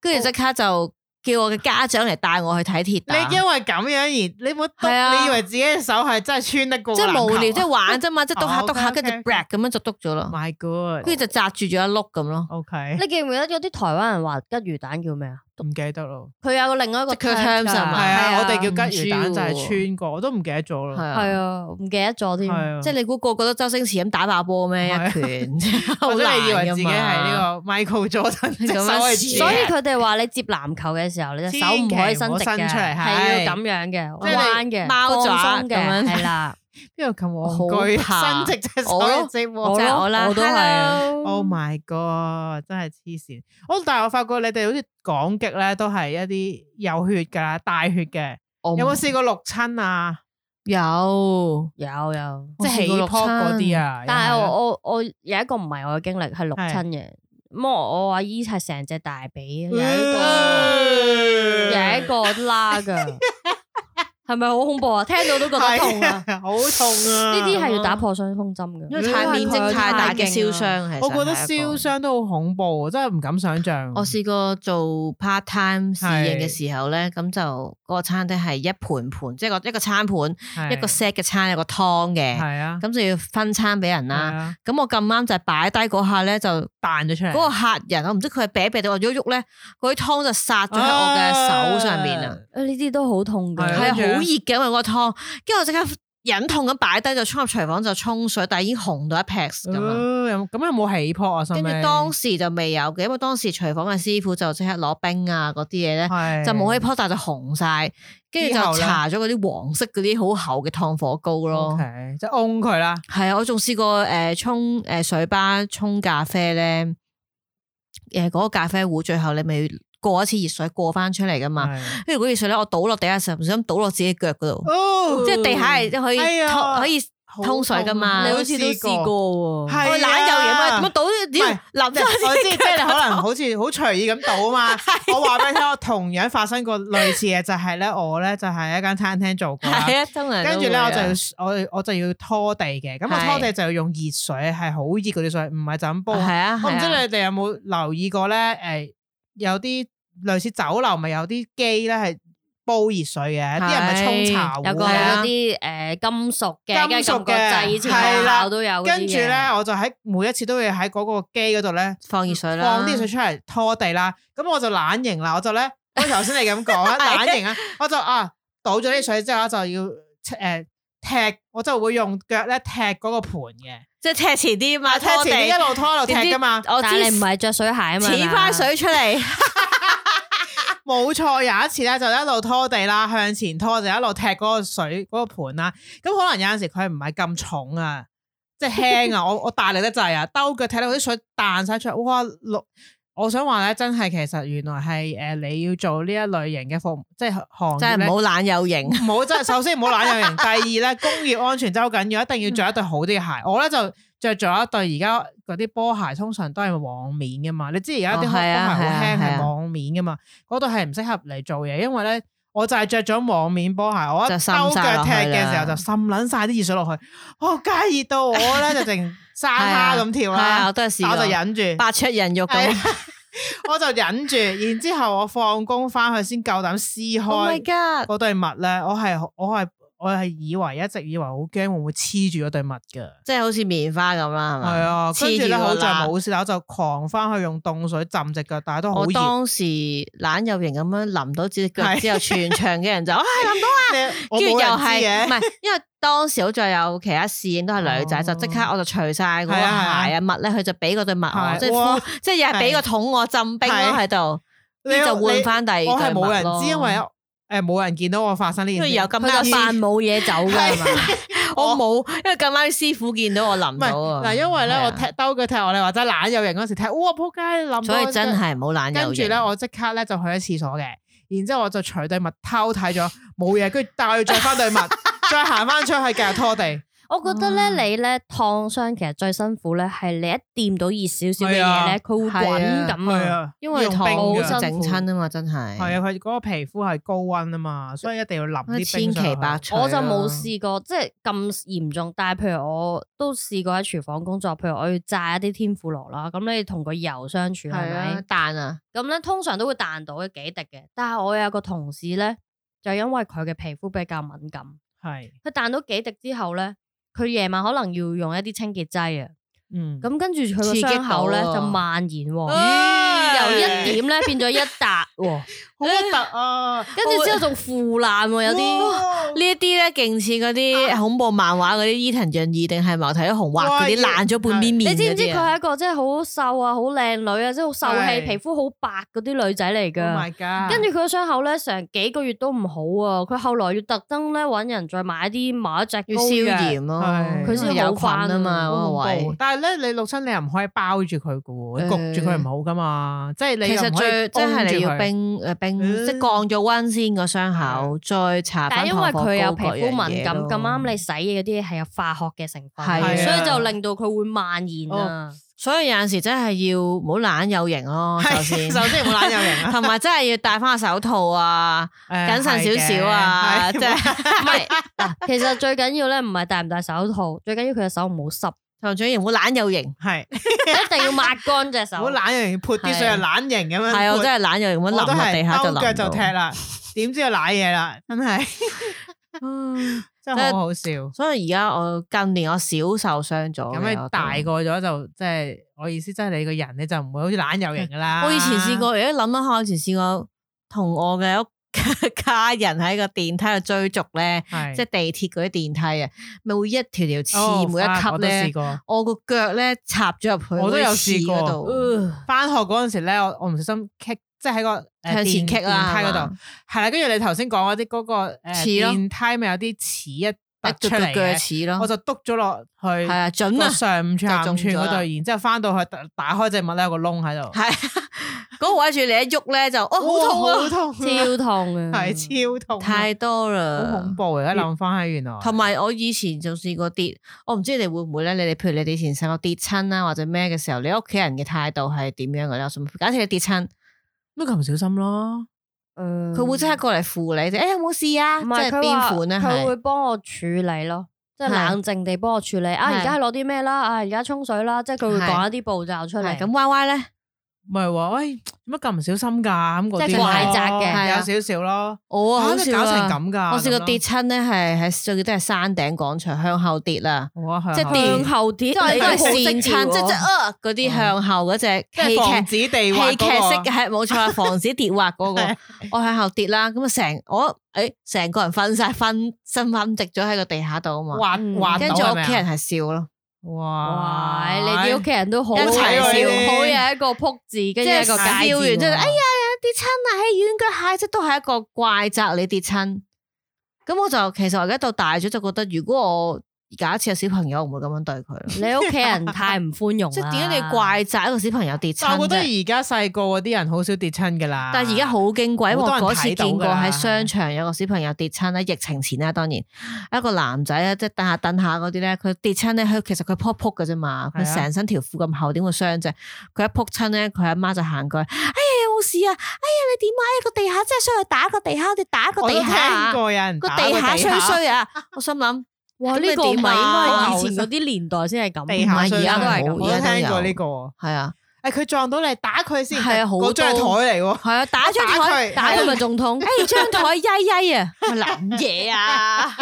Speaker 3: 跟住即刻就叫我嘅家長嚟帶我去睇鐵打。
Speaker 4: 你因為咁樣而你冇
Speaker 3: 係
Speaker 4: 篤，
Speaker 3: 啊
Speaker 4: 你以為自己嘅手係真係穿得過
Speaker 3: 即
Speaker 4: 籃
Speaker 3: 係
Speaker 4: 球
Speaker 3: 無
Speaker 4: 啊，
Speaker 3: 聊，即係玩啫嘛，即係篤下
Speaker 4: 哦
Speaker 3: 篤下，
Speaker 4: ，OK，OK，OK
Speaker 3: 跟住 break 咁樣就篤咗咯，
Speaker 4: Oh My
Speaker 3: 跟
Speaker 4: God，
Speaker 3: 住就擲住咗一碌咁咯。
Speaker 4: OK，
Speaker 2: 你記唔記得有啲台灣人話吉魚蛋叫咩啊？
Speaker 4: 唔記得咯，
Speaker 2: 佢有另外一個
Speaker 3: 即係佢 terms 係
Speaker 4: 係
Speaker 3: 嘛
Speaker 4: 啊，
Speaker 3: 係啊
Speaker 4: 我哋叫吉魚
Speaker 3: 唔知
Speaker 4: 蛋就係
Speaker 3: 喎
Speaker 4: 穿過，我都唔記得咗
Speaker 3: 係
Speaker 4: 啦，
Speaker 2: 係
Speaker 3: 啊，
Speaker 2: 啊，唔記得咗添。
Speaker 4: 係啊，
Speaker 3: 即係你估個個都周星馳咁打爆波咩？
Speaker 4: 係啊
Speaker 3: 一拳
Speaker 4: [laughs]
Speaker 3: 好
Speaker 4: 或者
Speaker 3: 難
Speaker 4: 你以為自己係
Speaker 3: 㗎嘛
Speaker 4: 呢個 Michael Jordan，隻手
Speaker 3: 咁
Speaker 4: 係
Speaker 3: 樣試啊
Speaker 2: 所以
Speaker 4: 斜
Speaker 2: 佢哋話你接籃球嘅時候，你隻手唔可以伸直
Speaker 4: 千祈唔好伸
Speaker 2: 嘅，
Speaker 4: 出嚟
Speaker 2: 係
Speaker 4: 係
Speaker 2: 要咁樣嘅，
Speaker 4: 即係你
Speaker 2: 彎嘅，
Speaker 3: 貓爪
Speaker 2: 放
Speaker 3: 咁
Speaker 2: 鬆嘅，
Speaker 3: 樣
Speaker 4: [laughs]
Speaker 2: 係啦。
Speaker 4: 邊度咁戇居，
Speaker 3: 我好
Speaker 4: 伸
Speaker 3: 怕
Speaker 4: 直隻手
Speaker 3: 我咯
Speaker 4: 係直喎
Speaker 2: 我
Speaker 3: 就係啊
Speaker 2: 咯
Speaker 3: 我啦
Speaker 2: 我都係
Speaker 4: Oh my god！真係黐線。我但係我發覺你哋好似港擊咧，都係一啲有血㗎啦，帶血嘅。
Speaker 3: 我唔
Speaker 4: 有冇試過六親啊？
Speaker 3: 有？
Speaker 2: 有有，
Speaker 4: 即係起
Speaker 3: 我試過
Speaker 4: 泡
Speaker 3: 六
Speaker 4: 嗰啲啊？
Speaker 2: 但係
Speaker 4: 又係
Speaker 2: 我我我有一個唔係我嘅經歷，係六親嘅。咁我我阿姨係成隻大髀，有一個有一個拉噶，係咪好恐怖啊？聽到都覺得痛啊！
Speaker 4: 係好痛啊！
Speaker 2: 呢啲係要打破傷風針嘅，
Speaker 3: 因為太面積太大啊嘅燒傷，其實
Speaker 4: 我覺得
Speaker 3: 係一個
Speaker 4: 燒傷都好恐怖，真係唔敢想象。
Speaker 3: 我試過做 part time 侍應嘅時候咧，咁就嗰個餐廳係一盤盤，即係個一個餐盤一個 set 嘅餐有個湯嘅，
Speaker 4: 係啊，
Speaker 3: 咁就要分餐俾人啦
Speaker 4: 係。啊
Speaker 3: 咁我咁啱就係擺低嗰下咧，就
Speaker 4: 彈咗出嚟。
Speaker 3: 嗰個客人，我唔知佢係啤啤定我喐喐咧，嗰啲湯就撒咗喺我嘅手上面啊，
Speaker 2: 誒呢啲都好痛嘅，
Speaker 4: 係啊
Speaker 3: 係啊
Speaker 4: 跟
Speaker 3: 好
Speaker 4: 住
Speaker 3: 熱
Speaker 4: 呢
Speaker 3: 嘅，因為嗰個湯，跟住我即刻忍痛咁擺低就衝入廚房就沖水，但係已經紅到一劈咁啊！
Speaker 4: 哦有咁有冇起泡啊？
Speaker 3: 跟住當
Speaker 4: 當
Speaker 3: 時就未有嘅，因為當時廚房嘅師傅就即刻攞冰啊嗰啲嘢咧，就冇起泡，但就紅晒，跟住就
Speaker 4: 之後呢
Speaker 3: 搽咗嗰啲黃色嗰啲好厚嘅燙火膏咯。
Speaker 4: OK，即係㧬佢啦。
Speaker 3: 係啊，我仲試過誒沖誒水吧沖咖啡咧，誒嗰個咖啡壺最後你咪過一次熱水過翻出嚟噶嘛，
Speaker 4: 係
Speaker 3: 跟住嗰熱水咧我倒落地下時候唔小心倒落自己腳嗰度，
Speaker 4: 哦
Speaker 3: 即係地下係可以
Speaker 4: 哎呀
Speaker 3: 通可以通水噶嘛，
Speaker 4: 好痛啊
Speaker 3: 過
Speaker 4: 係啊
Speaker 3: 我懶有嘢嘛，點樣倒
Speaker 4: 係
Speaker 3: [laughs] 啲淋
Speaker 4: 即係我知，即係你可能好似 [laughs] 好隨意咁倒啊嘛。我話俾你聽，我同樣發生過類似嘅，就係咧，我咧就係一間餐廳做過啦
Speaker 3: 係啊，通
Speaker 4: [laughs]
Speaker 3: 常
Speaker 4: 跟住咧我就要
Speaker 3: 要
Speaker 4: 我我就要拖地嘅，咁我
Speaker 3: 係
Speaker 4: 拖地就要用熱水，係好熱嗰啲水，唔係就咁煲。
Speaker 3: 係啊，
Speaker 4: 我唔知
Speaker 3: 係啊
Speaker 4: 你哋有冇留意過咧？誒，有啲類似酒樓咪有啲機咧係煲熱水嘅，啲人咪沖茶
Speaker 2: 有
Speaker 4: 壺
Speaker 2: 個
Speaker 3: 係
Speaker 4: 嘅
Speaker 3: 啊
Speaker 2: 嗰啲誒金屬嘅，
Speaker 4: 金
Speaker 2: 跟住撳
Speaker 4: 屬
Speaker 2: 個
Speaker 4: 嘅
Speaker 2: 掣，以前
Speaker 4: 係
Speaker 2: 學
Speaker 4: 啦
Speaker 2: 校都有嗰啲嘅。
Speaker 4: 跟住咧，我就喺每一次都要喺嗰個機嗰度咧。
Speaker 3: 放熱水啦，
Speaker 4: 放啲熱水出嚟拖地啦。咁我就懶型啦，我就咧，好似頭先你咁講啊，
Speaker 3: [laughs] 係
Speaker 4: 懶型啊，我就啊倒咗啲水之後我就要誒、呃踢，我就會用腳咧踢嗰個盤嘅，
Speaker 3: 即係踢前啲嘛，
Speaker 4: 踢
Speaker 3: 拖
Speaker 4: 前
Speaker 3: 地
Speaker 4: 啲一路拖一路踢噶嘛，
Speaker 3: 我
Speaker 2: 但係你唔係着水鞋啊嘛，
Speaker 3: 濺翻水出嚟。
Speaker 4: 冇錯。有一次咧就一路拖地啦，向前拖就一路踢嗰個水嗰、個盤啦。咁可能有陣時佢唔係咁重啊，即係輕啊，我我大力得滯啊，兜腳踢到啲水彈晒出嚟，哇！六我想話咧，真係其實原來係誒、呃你要做呢一類型嘅服務，即係行業
Speaker 3: 真係
Speaker 4: 咧
Speaker 3: 唔好懶有型，
Speaker 4: 唔好真係，首先唔好懶
Speaker 3: [laughs]
Speaker 4: 有型。第二咧，工業安全真係好緊要，一定要着一對好啲嘅鞋。
Speaker 3: 嗯
Speaker 4: 我咧就着咗一對而家嗰啲波鞋，通常都係網面噶嘛。你知而家啲
Speaker 3: 哦
Speaker 4: 波鞋
Speaker 3: 係啊
Speaker 4: 好輕，
Speaker 3: 係啊係
Speaker 4: 係
Speaker 3: 啊
Speaker 4: 網面噶嘛，嗰對係唔適合嚟做嘢，因為咧我就係着咗網面波鞋，我一
Speaker 3: 就
Speaker 4: 兜
Speaker 3: 滲晒
Speaker 4: 腳
Speaker 3: 落
Speaker 4: 踢
Speaker 3: 去
Speaker 4: 嘅
Speaker 3: 啦
Speaker 4: 時候就滲撚晒啲熱水落去，我梗係熱到我咧就淨生蝦咁跳
Speaker 3: 係啊，
Speaker 4: 啦
Speaker 3: 我，都係試
Speaker 4: 但我
Speaker 3: 過，
Speaker 4: 就忍住。
Speaker 3: 白出人肉咁。
Speaker 4: 我就忍住，然之後我放工翻去先夠膽撕
Speaker 3: Oh my
Speaker 4: 開
Speaker 3: god！
Speaker 4: 嗰對襪咧，我係我係我係以為一直以為好驚會唔會黐住嗰對襪㗎，
Speaker 3: 即係好似棉花咁啦，係
Speaker 4: 係
Speaker 3: 咪？
Speaker 4: 啊，
Speaker 3: 黐
Speaker 4: 跟住咧
Speaker 3: 住個
Speaker 4: 好在
Speaker 3: 罅
Speaker 4: 冇事，但我就狂翻去用凍水浸只腳，但係都好
Speaker 3: 我
Speaker 4: 熱。
Speaker 3: 當時懶有型咁樣淋到隻腳
Speaker 4: 係
Speaker 3: 之後，全場
Speaker 4: [laughs]
Speaker 3: 嘅人就啊淋到，
Speaker 4: 你我
Speaker 3: 跟住又
Speaker 4: 冇
Speaker 3: 係
Speaker 4: 人
Speaker 3: 唔
Speaker 4: 知嘅，
Speaker 3: 係？因為當時好在有其他侍應都係女仔，
Speaker 4: 哦
Speaker 3: 就即刻我就除晒嗰個
Speaker 4: 係
Speaker 3: 鞋
Speaker 4: 啊係
Speaker 3: 啊襪咧，佢就俾嗰對襪我，
Speaker 4: 係啊
Speaker 3: 即係
Speaker 4: 哇
Speaker 3: 敷即係又係俾個桶我浸冰咯
Speaker 4: 係
Speaker 3: 喺度，
Speaker 4: 你
Speaker 3: 跟住就換
Speaker 4: 你
Speaker 3: 翻第二對
Speaker 4: 我係冇
Speaker 3: 襪
Speaker 4: 人
Speaker 3: 咯
Speaker 4: 知，因為誒冇人見到我發生呢
Speaker 3: 因
Speaker 4: 件
Speaker 3: 為
Speaker 4: 事。
Speaker 3: 有咁
Speaker 2: 佢
Speaker 3: 啱
Speaker 2: 就扮冇嘢走㗎係嘛？
Speaker 3: 我冇，因為咁啱師傅見到我淋
Speaker 4: 唔
Speaker 3: 到
Speaker 4: 係
Speaker 3: 啊。
Speaker 4: 嗱，因為咧
Speaker 3: 係啊
Speaker 4: 我踢兜佢踢我，你話齋懶有型嗰時踢，哇仆街諗
Speaker 3: 所以真係唔好懶
Speaker 4: 跟
Speaker 3: 有
Speaker 4: 住
Speaker 3: 型
Speaker 4: 咧，我即刻咧就去咗廁所嘅，然之後我就除對襪偷睇咗，冇嘢，跟住帶佢着翻對
Speaker 3: [laughs]
Speaker 4: 襪，再行翻出去繼續拖地。
Speaker 2: 我覺得咧，你咧燙傷其實最辛苦咧，係你一掂到熱少少嘅
Speaker 4: 係啊
Speaker 2: 嘢咧，佢會滾咁
Speaker 4: 係
Speaker 2: 啊。
Speaker 4: 啊，
Speaker 3: 因為
Speaker 4: 用
Speaker 3: 糖
Speaker 4: 冰
Speaker 2: 㗎
Speaker 4: 㗎
Speaker 3: 整親啊嘛，真係。
Speaker 4: 係啊，佢嗰個皮膚係高温啊嘛，所以一定要淋
Speaker 3: 啊，
Speaker 4: 啲
Speaker 3: 千
Speaker 4: 冰上
Speaker 3: 奇
Speaker 4: 去
Speaker 3: 百趣。
Speaker 2: 我就冇。試過即係咁嚴重，但係譬如我都試過喺廚房工作，譬如我要炸一啲天婦羅啦，咁你同個油相處係
Speaker 3: 係啊
Speaker 2: 咪？，
Speaker 3: 蛋啊，
Speaker 2: 咁咧通常都會彈到幾滴嘅，但係我有個同事咧，就因為佢嘅皮膚比較敏感，
Speaker 4: 係，
Speaker 2: 佢彈到幾滴之後咧，佢夜晚可能要用一啲清潔劑啊，
Speaker 4: 嗯，
Speaker 2: 咁跟住佢個
Speaker 3: 刺激到
Speaker 2: 傷口咧
Speaker 3: 啊
Speaker 2: 就蔓延喎，
Speaker 4: 啊
Speaker 2: 由一點咧變咗一笪 [laughs] 喎，
Speaker 4: 好核突啊！
Speaker 2: 跟住之後仲腐爛喎，有啲
Speaker 4: 啲
Speaker 3: 呢一啲咧勁似嗰啲恐怖漫畫嗰啲伊藤潤二定係茅提紅畫嗰啲
Speaker 4: 哇
Speaker 3: 爛咗半邊面
Speaker 2: 你知唔知
Speaker 3: 嗰
Speaker 2: 佢
Speaker 3: 啲啊
Speaker 2: 係一個真係好瘦啊、好靚女啊、即係好秀氣、
Speaker 4: 係
Speaker 2: 皮膚好白嗰啲女仔嚟
Speaker 4: Oh
Speaker 2: 㗎？
Speaker 4: my god！
Speaker 2: 跟住佢個傷口咧，成幾個月都唔好啊！佢後來要特登咧揾人再買啲某一隻
Speaker 3: 要
Speaker 2: 膏
Speaker 3: 消
Speaker 2: 嘅，
Speaker 3: 炎咯，
Speaker 4: 係
Speaker 2: 佢先
Speaker 3: 因為有菌
Speaker 2: 好返
Speaker 3: 啊嘛，
Speaker 4: 好
Speaker 3: 嗰個
Speaker 4: 恐怖
Speaker 3: 位。
Speaker 4: 但係咧，你錄親你又唔可以包住佢噶喎，你焗住佢唔好噶嘛，即係你
Speaker 3: 其
Speaker 4: 又
Speaker 3: 實
Speaker 4: 唔可以
Speaker 3: 最即係你
Speaker 4: 封住
Speaker 3: 要
Speaker 4: 佢
Speaker 3: 冰誒冰，
Speaker 4: 嗯
Speaker 3: 即係降咗温先個傷口，再搽
Speaker 2: 但
Speaker 3: 翻
Speaker 2: 係因為
Speaker 3: 為
Speaker 2: 佢有皮膚敏感，咁啱你洗嘢嗰啲嘢係有化學嘅成分，
Speaker 3: 係啊
Speaker 2: 所以就令到佢會蔓延啊。
Speaker 3: 所以有陣時真係要唔好懶有型咯，首先
Speaker 4: 係首先唔好懶有型啊，
Speaker 3: 同埋真係要戴翻手套啊，
Speaker 4: 誒
Speaker 3: 謹慎少少啊，
Speaker 4: 係
Speaker 3: 即
Speaker 4: 嘅
Speaker 3: 係
Speaker 2: 唔係
Speaker 3: [laughs]
Speaker 2: 嗱，其實最緊要咧唔係戴唔戴手套，最緊要佢隻手唔好
Speaker 3: [laughs]
Speaker 2: 濕，
Speaker 3: 同仲要唔好懶有型。
Speaker 4: 係
Speaker 2: 一定要抹乾隻手
Speaker 4: 唔。好懶型，潑啲水又懶型咁樣潑。
Speaker 3: 係啊我真係懶有型，
Speaker 4: 嗯
Speaker 3: 咁
Speaker 4: 我
Speaker 3: 樣
Speaker 4: 都
Speaker 3: 淋落地下
Speaker 4: 係
Speaker 3: 就
Speaker 4: 兜
Speaker 3: 淋到
Speaker 4: 腳就踢啦，點知又瀨嘢啦，真係
Speaker 3: 嗯
Speaker 4: 真係好好笑。咁
Speaker 3: 所以而家我近年我少受傷咗嘅，
Speaker 4: 你
Speaker 3: 我
Speaker 4: 大
Speaker 3: 都
Speaker 4: 個咗就即係我意思，即係你個人你就唔會好似懶有型噶啦。
Speaker 3: 我以前試過，而家諗一下，我以前試過同我嘅屋 [laughs] 家人喺個電梯度追逐咧，
Speaker 4: 係，
Speaker 3: 即
Speaker 4: 係
Speaker 3: 係地鐵嗰啲電梯啊，咪會一條條刺，每一級
Speaker 4: 我都試
Speaker 3: 咧，
Speaker 4: 過。
Speaker 3: 我個腳咧插咗入去，
Speaker 4: 我都有
Speaker 3: 試
Speaker 4: 試過
Speaker 3: 度，
Speaker 4: 翻學嗰陣時咧，我我唔小心棘，即係喺個誒
Speaker 3: 向
Speaker 4: 電
Speaker 3: 前棘啦
Speaker 4: 電梯嗰
Speaker 3: 係
Speaker 4: 度
Speaker 3: 嘛，
Speaker 4: 係啦。跟住你頭先講嗰啲嗰個誒
Speaker 3: 刺咯
Speaker 4: 電梯咪有啲齒一
Speaker 3: 一
Speaker 4: 突
Speaker 3: 隻
Speaker 4: 出
Speaker 3: 腳
Speaker 4: 嚟
Speaker 3: 腳
Speaker 4: 嘅，
Speaker 3: 趾
Speaker 4: 我
Speaker 3: 咯，
Speaker 4: 就篤咗落去
Speaker 3: 係啊，準
Speaker 4: 個
Speaker 3: 啊，
Speaker 4: 上五寸、下五寸
Speaker 3: 就中
Speaker 4: 嗰
Speaker 3: 咗
Speaker 4: 度，
Speaker 3: 啦
Speaker 4: 然之後翻到去打打開隻襪咧，有個窿喺度，
Speaker 3: 係啊 [laughs] 嗰位住你一喐咧就哦好痛
Speaker 4: 哇
Speaker 3: 啊
Speaker 4: 好，痛啊，
Speaker 2: 超
Speaker 3: [laughs]
Speaker 2: 痛啊！
Speaker 4: 係超痛啊，
Speaker 3: 嗯太多啦，
Speaker 4: 好恐怖啊！而家諗翻起原來，
Speaker 3: 同埋我以前就試過跌，我唔知你哋會唔會咧？你哋譬如你哋以前細個跌親啦，或者咩嘅時候，你屋企人嘅態度係點樣嘅咧？我想假設你跌親，
Speaker 4: 咩咁唔小心咯，
Speaker 2: 誒
Speaker 3: 佢會即刻過嚟扶你，就誒、有冇事啊？
Speaker 2: 嗯唔
Speaker 3: 即
Speaker 2: 係
Speaker 3: 係
Speaker 2: 佢
Speaker 3: 邊
Speaker 2: 話
Speaker 3: 款咧？
Speaker 2: 佢會
Speaker 3: 係
Speaker 2: 幫我處理咯，即係
Speaker 3: 係
Speaker 2: 冷靜地幫我處理。啊，
Speaker 3: 係
Speaker 2: 而家攞啲咩啦？啊，而家沖水啦，即係佢會
Speaker 3: 係
Speaker 2: 講一啲步驟出嚟。
Speaker 3: 係咁歪歪咧，
Speaker 4: 唔係話喂做乜咁唔小心㗎咁嗰啲咯，
Speaker 2: 即係怪責嘅
Speaker 3: 係啊
Speaker 4: 有少少咯，
Speaker 3: 我
Speaker 4: 嚇
Speaker 3: 好
Speaker 4: 你
Speaker 3: 笑
Speaker 4: 搞成
Speaker 3: 啊！
Speaker 4: 咁㗎，
Speaker 3: 我試過
Speaker 4: 咁咯
Speaker 3: 跌，親咧，係喺最記得係山頂廣場向後跌啦，
Speaker 4: 哇係啊
Speaker 3: 即係
Speaker 4: 係啊
Speaker 3: 跌
Speaker 2: 向後跌，
Speaker 3: 即係
Speaker 2: 你都
Speaker 3: 係
Speaker 2: 好
Speaker 3: 跣
Speaker 2: 識
Speaker 3: 親，即係
Speaker 2: 跳
Speaker 3: 即係
Speaker 2: 喎
Speaker 3: 啊嗰啲向後嗰
Speaker 4: 即
Speaker 3: 只
Speaker 4: 係
Speaker 3: 戲
Speaker 4: 防
Speaker 3: 劇。
Speaker 4: 止地滑
Speaker 3: 戲劇式
Speaker 4: 嗰個
Speaker 3: 係冇錯啊，防止跌滑嗰、個，我向後跌啦，咁啊成我誒成個人瞓晒瞓身瞓直咗喺個地下度啊嘛，
Speaker 4: 滑
Speaker 2: 嗯
Speaker 4: 滑
Speaker 3: 跟
Speaker 4: 到
Speaker 3: 住
Speaker 4: 係
Speaker 3: 我
Speaker 4: 咪
Speaker 3: 屋
Speaker 4: 啊
Speaker 3: 企人係笑咯，
Speaker 4: 哇
Speaker 2: 哇！你哋屋企人都好
Speaker 3: 一齊
Speaker 2: 好有
Speaker 4: 笑
Speaker 2: 好有一個撲字，跟住一
Speaker 3: [laughs]
Speaker 2: 個
Speaker 3: 係
Speaker 2: 戒
Speaker 3: 笑完
Speaker 2: 指
Speaker 3: 之後，
Speaker 2: 喎。
Speaker 3: 哎呀跌親啊，喺軟腳蟹即都係一個怪責你跌親。咁我就其實我而家到大咗就覺得，如果我假設有小朋友，我唔會咁樣對佢咯。
Speaker 2: 你屋企人太唔寬容啦。
Speaker 3: 即係點解你怪責一個小朋友跌親
Speaker 4: 但我覺得
Speaker 3: 啫？
Speaker 4: 而家細個嗰啲人好少跌親㗎啦，
Speaker 3: 但係而家好矜貴，因為我
Speaker 4: 啊好多
Speaker 3: 嗰
Speaker 4: 人
Speaker 3: 次
Speaker 4: 睇到㗎
Speaker 3: 見過喺商場有個小朋友跌親咧，疫情前啦，當然一個男仔啊咧，即係蹬下蹬下嗰啲咧，佢跌親咧，佢其實佢撲撲嘅啫嘛，
Speaker 4: 係啊
Speaker 3: 佢成身條褲咁厚，點會傷啫？佢一撲親咧，佢阿媽就行過去，哎呀有冇事啊？哎呀你點啊？哎呀個地下真係衰，打個地下，你打個
Speaker 4: 我
Speaker 3: 地
Speaker 4: 都
Speaker 3: 下啊
Speaker 4: 聽，過有人
Speaker 3: 個
Speaker 4: 打
Speaker 3: 地下
Speaker 4: 地
Speaker 3: 衰衰啊！我心諗
Speaker 2: 哇！
Speaker 3: 咁
Speaker 2: 呢
Speaker 3: 你
Speaker 2: 個唔係應
Speaker 3: 點啊
Speaker 2: 該以
Speaker 4: [laughs]
Speaker 2: 前嗰啲年代先係咁，
Speaker 4: 地
Speaker 3: 唔
Speaker 4: 下
Speaker 3: 係
Speaker 4: 衰
Speaker 3: 而
Speaker 4: 衰
Speaker 3: 家都係咁
Speaker 4: 我
Speaker 3: 而
Speaker 4: 都
Speaker 3: 家都有
Speaker 4: 聽過呢個。
Speaker 3: 係啊
Speaker 4: 誒佢撞到你打佢先，
Speaker 3: 係啊好
Speaker 4: 嗰張係
Speaker 3: 多
Speaker 4: 台嚟喎。
Speaker 3: 係啊，打張
Speaker 4: 打
Speaker 3: 台
Speaker 4: 佢
Speaker 2: 打
Speaker 3: 佢
Speaker 2: 佢咪仲痛。
Speaker 3: 哎，張台曳曳啊，我諗嘢啊，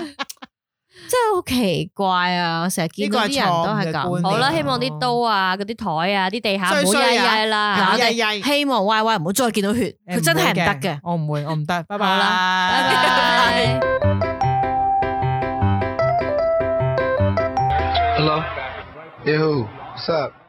Speaker 3: 真係好奇怪啊！我成日見到啲人都係
Speaker 4: 呢個係錯誤嘅觀
Speaker 3: 咁。
Speaker 4: 念
Speaker 2: 好啦，希望啲刀啊、嗰啲台啊、啲地下唔
Speaker 4: 衰
Speaker 2: 好
Speaker 4: 衰
Speaker 2: 曳
Speaker 4: 啊
Speaker 2: 曳啦。
Speaker 3: 嗱，我
Speaker 4: 曳曳
Speaker 3: 哋希望 Y Y 唔好再見到血，佢真係唔得嘅。
Speaker 4: 我唔會，我唔得，拜拜
Speaker 2: 好
Speaker 4: [laughs]
Speaker 2: 啦拜拜。
Speaker 1: Hello? Yeah, who? What's up?